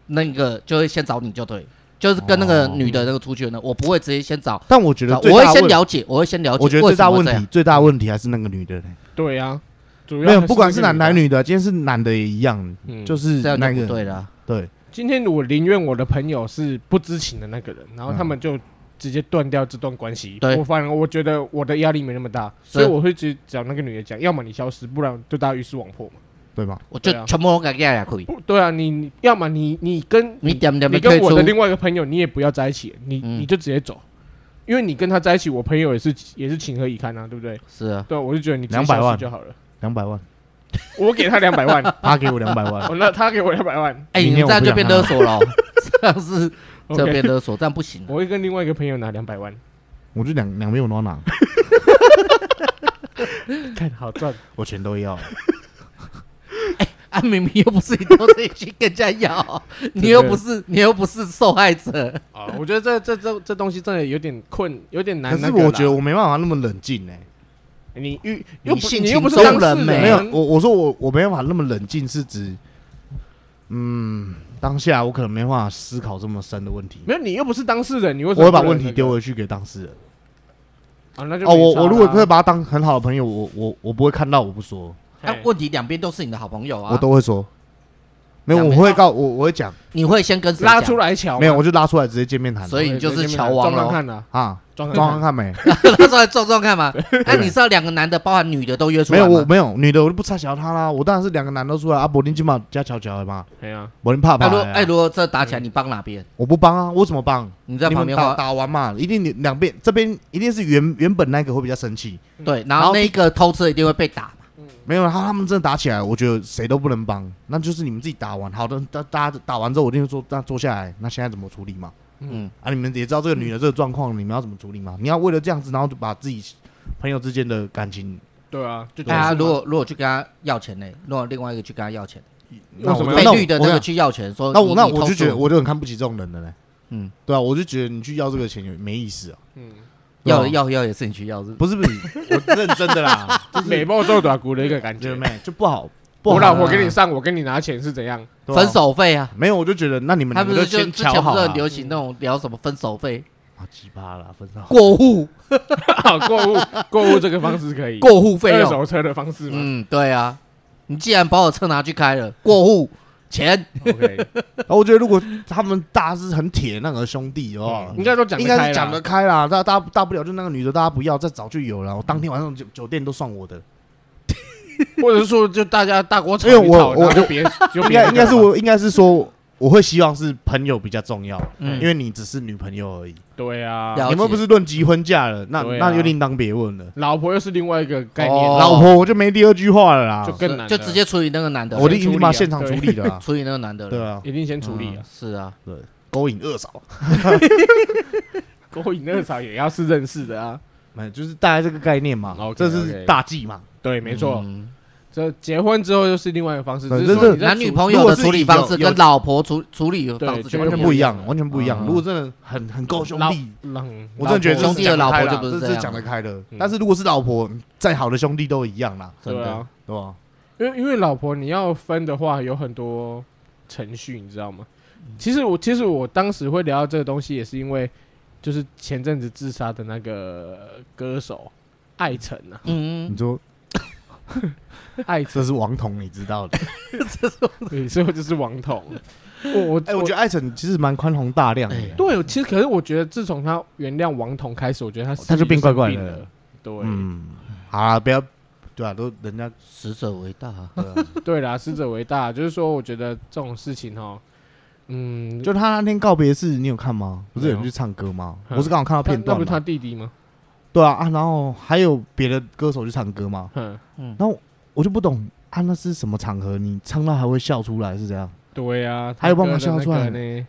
B: 那个就会先找你就对，就是跟那个
C: 哦
B: 女的那个出去的那，我不会直接先找。
C: 但我觉得
B: 找
C: 最
B: 我会
C: 大的
B: 先
C: 问，
B: 了解，我会先了解。
C: 我觉得最大问
B: 为什
C: 题
B: 么，
C: 最大问题还是那个女的呢。
A: 对啊，主要
C: 没有，
A: 还
C: 不管是
A: 那个
C: 男男女的，今天是男的也一样，
A: 的，嗯，
C: 就
A: 就是
B: 这样
C: 那
B: 就不
C: 个
B: 对了啊。
C: 对，
A: 今天我宁愿我的朋友是不知情的那个人，然后他们就直接断掉这段关系。
B: 对
A: 我反而我觉得我的压力没那么大，
B: 是
A: 所以我会直接找那个女的讲，要么你消失，不然就大家鱼死网破嘛。
C: 对吗？
B: 我就
A: 对啊
B: 全部都给压下去。
A: 不对啊，你你要么你你跟
B: 你点点
A: 你
B: 被
A: 跟
B: 退
A: 我
B: 出
A: 的，另外一个朋友，你也不要在一起，你
B: 嗯
A: 你就直接走。因为你跟他在一起，我朋友也是也是情何以堪啊，对不对？
B: 是啊，
A: 对啊，我就觉得你直接
C: 200万
A: 消失就好了。
C: 两百万，
A: 我给他两百万， [LAUGHS]
C: 他给我两百万，
A: 我那他给我两百万，
B: 哎，
C: 明
B: 你
C: 天
B: 这
C: 我
B: 样
C: 不
B: 就
C: 想
B: 变
C: 看
B: 勒索
C: [LAUGHS]
B: 了哦，这样是这
A: OK
B: 变勒索，这样不行啊。
A: 我会跟另外一个朋友拿两百万，
C: 我就两两边我都要拿，
A: 看好赚。
C: 我全都要。
B: 啊，明明又不是你都自己去跟人家要，你又不是你又不是受害者，
A: [LAUGHS] 啊，我觉得这这这这东西真的有点困，有点难
C: 可。是
A: 那个啦
C: 我觉得我没办法那么冷静呢。
A: 你遇
B: 你
A: 又不
B: 性
A: 你
B: 情
A: 又不是
B: 中
A: 当事
B: 人没
C: 没有，我我说我我没办法那么冷静，是指，嗯，当下我可能没办法思考这么深的问题，
A: 没有，你又不是当事人，你为什
C: 我
A: 么
C: 会把
A: 不能
C: 问题
A: 那个
C: 丢回去给当事人。
A: 啊？那就
C: 哦，
A: 没
C: 我
A: 差
C: 我如果
A: 啦
C: 真的把他当很好的朋友，我我我不会看到，我不说，
B: 啊
A: 嘿，
B: 问题两边都是你的好朋友啊。
C: 我都会说。没有，
B: 两
C: 我
B: 边
C: 会告我我会讲，
B: 你会先跟谁
A: 拉
B: 讲
A: 出来瞧嘛，
C: 没有我就拉出来直接见面谈，
B: 所以你就是乔王
A: 撞看看
B: 了
A: 的，
C: 啊，
A: 撞看
C: 装
A: 看。
C: 看看
B: [LAUGHS]
C: 没？
B: 拉出来撞撞看嘛。那你知道两个男的，包含女的都约出
C: 没
B: 来
C: 有
B: 吗？
C: 我没有女的我就不差小她啦，我当然是两个男的出来啊，柏林金马加乔乔的嘛，
A: 哎呀，
C: 柏林怕
B: 哎，
C: 怕
B: 如
C: 的
B: 果
C: 呀，
B: 哎，如果这打起来，你帮哪边？
C: 我不帮啊，我怎么帮？
B: 你在
C: 你
B: 旁
C: 们
B: 边
C: 打
B: 画
C: 打完嘛，一定你两边这边一定是原原本那个会比较生气，
B: 对，然
C: 然
B: 后
C: 后
B: 那一个偷吃的一定会被打嘛。
C: 没有，他他们真的打起来，我觉得谁都不能帮，那就是你们自己打完。好的，大大家打完之后，我一定坐那坐下来，那现在怎么处理嘛？
B: 嗯
C: 嗯，啊，你们也知道这个女的这个状况，你们要怎么处理嘛？你要为了这样子，然后就把自己朋友之间的感情，
A: 对啊，就
C: 哎
B: 大家
A: 结束
B: 如
A: 嘛
B: 果如果去跟他要钱呢，如果另外一个去跟他要钱，
C: 那我
A: 为什么
B: 被
C: 那我
B: 绿的
C: 我
B: 那个
C: 想
B: 去要钱说你，
C: 那我那
B: 你
C: 我
B: 偷
C: 就
B: 吃
C: 觉得我就很看不起这种人了嘞。
B: 嗯
C: 嗯，对啊，我就觉得你去要这个钱有没意思啊？
A: 嗯，
C: 对
B: 要
C: 啊
B: 要要也是你去要，是不是
C: [LAUGHS] 不是不是， [LAUGHS] 我认真的啦，就是
A: 美貌做短骨的一个感
C: 觉
A: 觉
C: 得。没就不好，不好啊
A: 我
C: 啦
A: 老婆给你上，我给你拿钱是怎样？ [LAUGHS]
C: 对啊
B: 分手费啊。
C: 没有，我就觉得那你们
B: 他
C: 两
B: 不
C: 个
B: 是就
C: 先
B: 之前
C: 瞧
B: 不
C: 好
B: 是
C: 啊
B: 很流行那种聊什么分手费、
C: 好啊鸡巴啦，分手
B: 过户、
A: 好过户，过户这个方式可以，
B: 过户费
C: 哦
A: 二
B: 用。
A: 手车的方式嘛。
B: 嗯，对啊，你既然把我车拿去开了，过户钱
C: 嗯
A: OK，
C: [LAUGHS] 然后我觉得，如果他们大家是很铁的那个兄弟 [LAUGHS] 哦，
A: 嗯应该都讲得
C: 应
A: 开啦
C: 该是讲得开啦。大大大不了就那个女的，大家不要，再找就有了。我当天晚上酒酒店都算我的，
A: 或者是说就大家大锅炒
C: 因为
A: 一
C: 我
A: 炒，
C: 我
A: 然后就别就
C: 应
A: 别
C: 该应该是我应该是说，我会希望是朋友比较重要，
B: 嗯
C: 因为你只是女朋友而已。
A: 对啊，
B: 了解
C: 你们不是论及婚嫁了，那
A: 对啊
C: 那就另当别论了。
A: 老婆又是另外一个概念，
B: 哦
C: 老婆我就没第二句话了啦
A: 就，更难了，
B: 就直接处理那个男的，
C: 我就已
A: 先处
C: 经
A: 理
C: 把
A: 啊
C: 现场处
A: 对
C: 理了啊，
B: 处理那个男的了。
C: 对啊，
A: 一定先处理啊
B: 嗯。是啊，
C: 勾引二嫂，
A: 勾引二嫂也要是认识的啊。
C: 哎，就是大概这个概念嘛，
A: OK，OK
C: 这是大忌嘛。
A: 对，没错
B: 嗯，。
A: 这结婚之后又是另外一个方式，
C: 对
A: 只是
C: 这
A: 说
C: 是
A: 你在
B: 男女
A: 处
B: 朋友的处理方
C: 如
B: 式
C: 果是有
B: 跟老婆处处理方式
A: 对
B: 就
C: 完
A: 完
C: 全
A: 全
C: 不
A: 不
C: 一
A: 一
C: 样
A: 样，
C: 完全不一样。
B: 嗯
C: 如果真的很很够兄弟，
A: 让
C: 我真的觉得
B: 兄弟的老婆就不
C: 是
B: 是
C: 这
B: 这
C: 样
B: 样
C: 讲得开的
A: 嗯。
C: 但是如果是老婆，再好的兄弟都一样啦，
B: 真
A: 对
B: 的
A: 啊，
C: 对吧？
A: 因为因为老婆你要分的话，有很多程序，你知道吗？
C: 嗯
A: 其实我其实我当时会聊到这个东西，也是因为就是前阵子自杀的那个歌手艾辰啊，
B: 嗯，
C: 你 [LAUGHS] 说
A: 艾辰，
C: 这是王彤，你知道的？
A: [LAUGHS] 对，所以我就是王彤。我我
C: 哎，我觉得艾辰其实蛮宽宏大量的
B: 哎，
A: 对，其实可是我觉得自从他原谅王彤开始，我觉得他
C: 哦他就变怪怪
A: 的
C: 的
A: 了。对，
C: 嗯，好啦，不要，对啊，都人家
B: 死者为大啊，
C: 对啊
A: 对啦，师者为大，就是说，我觉得这种事情哦，嗯，
C: [LAUGHS] 就他那天告别式，你有看吗？不是有人
A: 没有
C: 去唱歌吗？
A: 嗯
C: 我是刚好看到
A: 他
C: 片
A: 那
C: 段
A: 不是他
C: 嘛，
A: 弟弟吗？
C: 对啊啊，然后还有别的歌手去唱歌吗？
A: 哼，
B: 嗯
C: 我就不懂啊，那是什么场合？你唱到还会笑出来是怎样？
A: 对啊，
C: 还有办法
A: 他哥的
C: 笑出来
A: 那个
C: [LAUGHS]
A: 呢？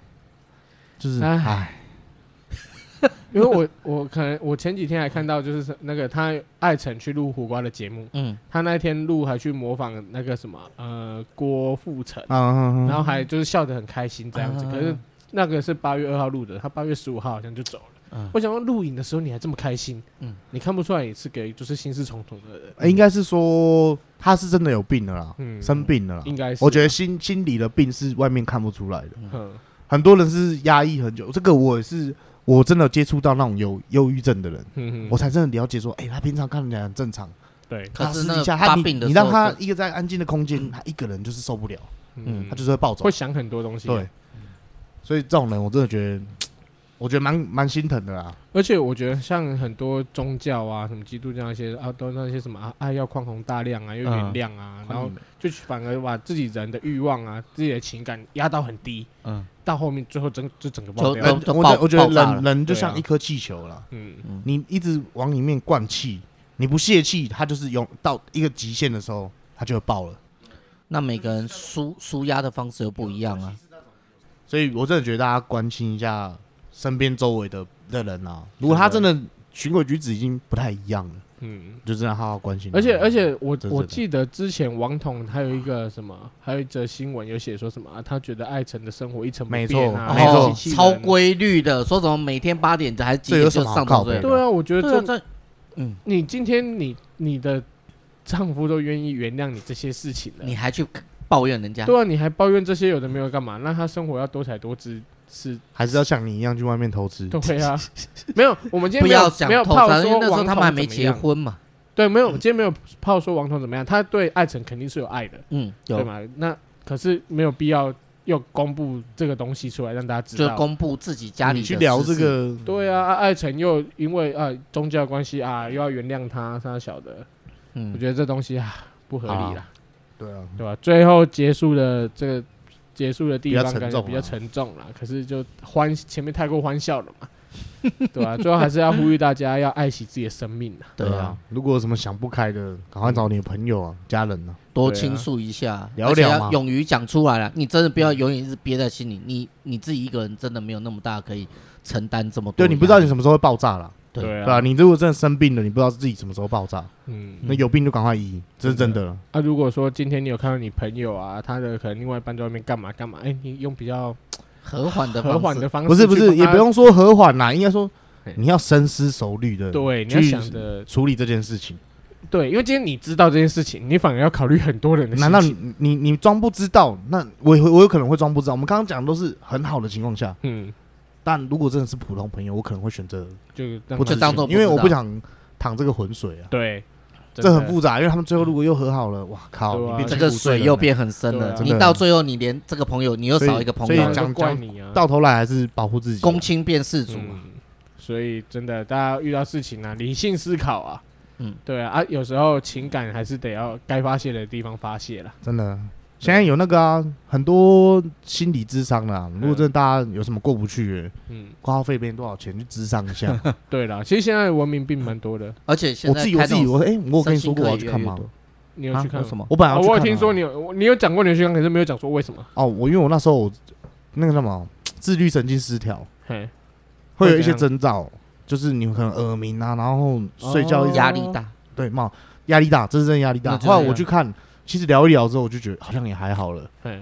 C: 就是
A: 哎
C: 唉，
A: 因为我我可能我前几天还看到，就是那个他艾辰去录胡瓜的节目，
B: 嗯，
A: 他那天录还去模仿那个什么呃郭富城，
C: 啊嗯，嗯嗯嗯
A: 然后还就是笑得很开心这样子。
B: 啊
A: 可是那个是八月二号录的，他八月十五号好像就走了。
B: 嗯
A: 我想说录影的时候你还这么开心，
B: 嗯
A: 你看不出来你是个就是心事重重的人，
C: 呃应该是说他是真的有病了啦，
A: 嗯
C: 生病了啦。
A: 应该是
C: 我觉得心心理的病是外面看不出来的，
A: 嗯
C: 很多人是压抑很久。这个我也是，我真的有接触到那种有忧郁症的人，
A: 嗯，
C: 我才真的了解说，哎、他平常看起来很正常，
A: 对，
B: 可是那
C: 一下
B: 发
C: 他你
B: 病的
C: 你
B: 时候嗯
C: 让他
B: 是
C: 一个在安静的空间，他一个人就是受不了，
A: 嗯，
C: 他就是会暴走
A: 会。嗯想很多东西。啊
C: 对，，所以这种人我真的觉得，我觉得蛮蛮心疼的啦。
A: 而且我觉得像很多宗教啊，什么基督教那些啊，都那些什么啊，爱要宽宏大量
C: 嗯
A: 啊，又原谅啊，然后就反而把自己人的欲望啊、自己的情感压到很低，
B: 嗯，
A: 到后面最后整就整个爆
B: 就
A: 掉
C: 人
B: 都。都
C: 我
B: 爆
C: 觉得我觉得
B: 爆炸了
C: 人人就
A: 对啊
C: 像一颗气球啦。
A: 嗯，
C: 你一直往里面灌气，你不泄气，它就是有到一个极限的时候，它就会爆了。
B: 那每个人舒舒压的方式又不一样啊。
C: 所以我真的觉得大家关心一下身边周围的的人啊，如果他真的行为举止已经不太一样了，
A: 嗯，
C: 就真的好好关心他。
A: 而且而且我
C: 真的
A: 我记得之前王彤还有一个什么，还有一则新闻有写说什么啊，他觉得艾辰的生活一成不
C: 没
A: 变
C: 错
A: 啊，
C: 没错
A: 然后
B: 哦
A: 机器人
B: 超规律的，说什么每天八点还是几
C: 这
B: 点
C: 有
B: 就
C: 什么好
B: 上
C: 靠
B: 床
C: 背
B: 睡
C: 的？
A: 对啊，我觉得
B: 对啊，
A: 这
B: 这
A: 你今天你你的丈夫都愿意原谅你这些事情了，
B: 你还去抱怨人家？
A: 对啊，你还抱怨这些有的没有干嘛？那他生活要多彩多姿是
C: 还是要像你一样去外面投资。
A: 对
B: [LAUGHS]
A: 啊，没有，我们今天
B: 不
A: 没有
B: 要讲
A: 没有
B: 透
A: 炮
B: 早因为
A: 说
B: 那时候
A: 王
B: 他
A: 彤
B: 们还没
A: 怎么
B: 结
A: 样，
B: 婚嘛。
A: 对，没有，我们今天没有炮说王彤怎么样，他对艾辰肯定是有爱的，
B: 嗯，
A: 对
B: 有
A: 吗？那可是没有必要又公布这个东西出来让大家知
B: 就
A: 道。
B: 公布自己家里
C: 你
B: 的
C: 嗯去聊
B: 私
C: 这
B: 事，
C: 个，
A: 对啊，啊艾辰又因为啊宗教关系啊，又要原谅他，他小的，我
B: 嗯，
A: 觉得这东西啊不合理啦，
C: 对啊，
A: 对吧、最后结束的这个结束的地
C: 比较
A: 方
C: 沉
A: 感觉
C: 重啊
A: 比较
C: 啦
A: 沉重啦，可是就欢前面太过欢笑了嘛， [LAUGHS] 对吧、最后还是要呼吁大家要爱惜自己的生命啊，
B: 对啊，，
C: 如果有什么想不开的，赶快找你的朋友啊、家人啊，
B: 多
A: 对啊
B: 倾诉一下，
C: 聊
B: 而且
C: 聊
B: 要
C: 嘛
B: 勇于讲出
A: 嗯
B: 来了。你真的不要永远一直憋在心里，你你自己一个人真的没有那么大可以承担这么多
C: 对
B: 压力。
C: 你不知道你什么时候会爆炸啦，
B: 啊对
C: 对吧、
A: 啊，
C: 你如果真的生病了，你不知道自己什么时候爆炸，
A: 嗯。
C: 那有病就赶快医，这是真的。
A: 啊，如果说今天你有看到你朋友啊，他的可能另外一半在外面干嘛干嘛，哎、你用比较
B: 和缓的
A: 和
B: 方
A: 缓
B: 式
A: 的方式，
C: 不是不是，也不，用说和缓啦，应该说
A: 嘿
C: 你要深思熟虑的，
A: 对，你要
C: 去
A: 想的
C: 处理这件事情。
A: 对，因为今天你知道这件事情，你反而要考虑很多人的心
C: 难道
A: 情
C: 你你你装不知道？那我也会我有可能会装不知道。我们刚刚讲的都是很好的情况下，
A: 嗯，
C: 但如果真的是普通朋友，我可能会选择
A: 就让
C: 不
A: 他
C: 知
B: 就当作
C: 因为
B: 不知
C: 我
B: 道
C: 不想淌这个浑水啊，
A: 对，真
C: 这
A: 的
C: 很复杂。因为他们最后如果又和好了，哇靠，
A: 对啊
C: 你变
B: 这
C: 成
B: 个
C: 骨碎
B: 水
C: 人
B: 又
C: 了
B: 变很深
A: 对啊
B: 了，
C: 真
B: 你
C: 的
B: 到最后你连这个朋友你又
C: 所以
B: 少一个朋
C: 所以
A: 当然
B: 友
A: 就
C: 讲，讲
A: 怪你啊，
C: 到头来还是保护自己啊。
B: 公卿变事主嘛。
A: 嗯，所以真的大家遇到事情啊，理性思考啊，
B: 嗯，
A: 对啊，啊，有时候情感还是得要该发泄的地方发泄啦。
C: 真的，现在有那个啊，很多心理智商啦。如果真的大家有什么过不去的，
A: 嗯，
C: 挂号费变多少钱去智商一下？
A: 对啦，其实现在文明病蛮多的，
B: 而且 [LAUGHS] 现
C: 我
B: 在
C: 自己我
B: 开
C: 自
B: 这
C: 己
B: 种
C: 我哎，我有跟你
B: 身心
C: 说
B: 课
C: 过我要
B: 也
C: 去
B: 越
C: 看
B: 来越
C: 吗
B: 多？
A: 你有去看
B: 啊
A: 吗
B: 什么？
C: 我本来
A: 啊
C: 要去
A: 我有
C: 看
A: 听
C: 啊
A: 说你有你有讲过你有去看，可是没有讲说为什么。
C: 哦，我因为我那时候那个什么自律神经失调，
A: 嘿，
C: 会有一
A: 会怎
C: 些
A: 样
C: 征兆，就是你可能耳鸣啊，然后睡觉一
A: 哦
C: 直、
B: 压力大，
C: 对嘛，压力大，这是真的压力
A: 那
C: 大。
A: 真的
C: 后来我去看，其实聊一聊之后，我就觉得好像也还好了，
A: 嘿，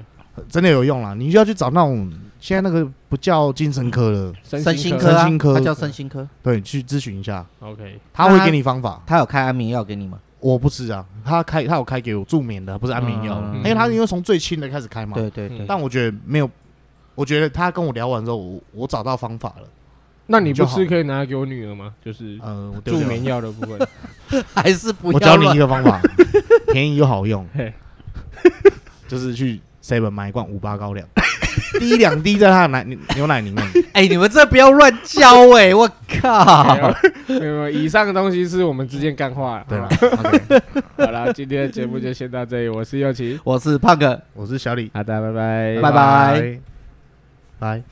C: 真的有用啦。你就要去找那种现在那个不叫精神科了，
B: 身
A: 心啊
B: 心科啊
C: 身心，科
B: 他叫身心科，
C: 对，你去咨询一下，
A: OK，
C: 他会给你方法。
B: 他有开安眠药给你吗？
C: 我不吃啊，他开他有开给我助眠的，不是安眠药，哎
B: 嗯
C: 因为他因为从最轻的开始开嘛。
B: 对对
A: 嗯
B: 对，
C: 但我觉得没有，我觉得他跟我聊完之后，我我找到方法了。
A: 那你不
C: 就好
A: 吃可以拿来给我女儿吗？就是
C: 呃，我丢
A: 助
C: 掉了
A: 眠药的部分。
B: 还是不
C: 我
B: 要
C: 教你
B: 乱
C: 一个方法，便宜又好用
A: 嘿，
C: [LAUGHS] 就是去 Seven 买一罐五八高粱，滴两滴在他的奶牛奶里面。
B: 哎，你们这不要乱教哎，我靠
A: 没！有没有，没有以上的东西是我们之间干话啦。
C: 对了
A: 好吧
C: ，OK，
A: 好了，今天的节目就先到这里，我是右奇，
B: 我是胖哥，
C: 我是小李，
A: 好的，拜拜，
B: 拜拜
C: 拜。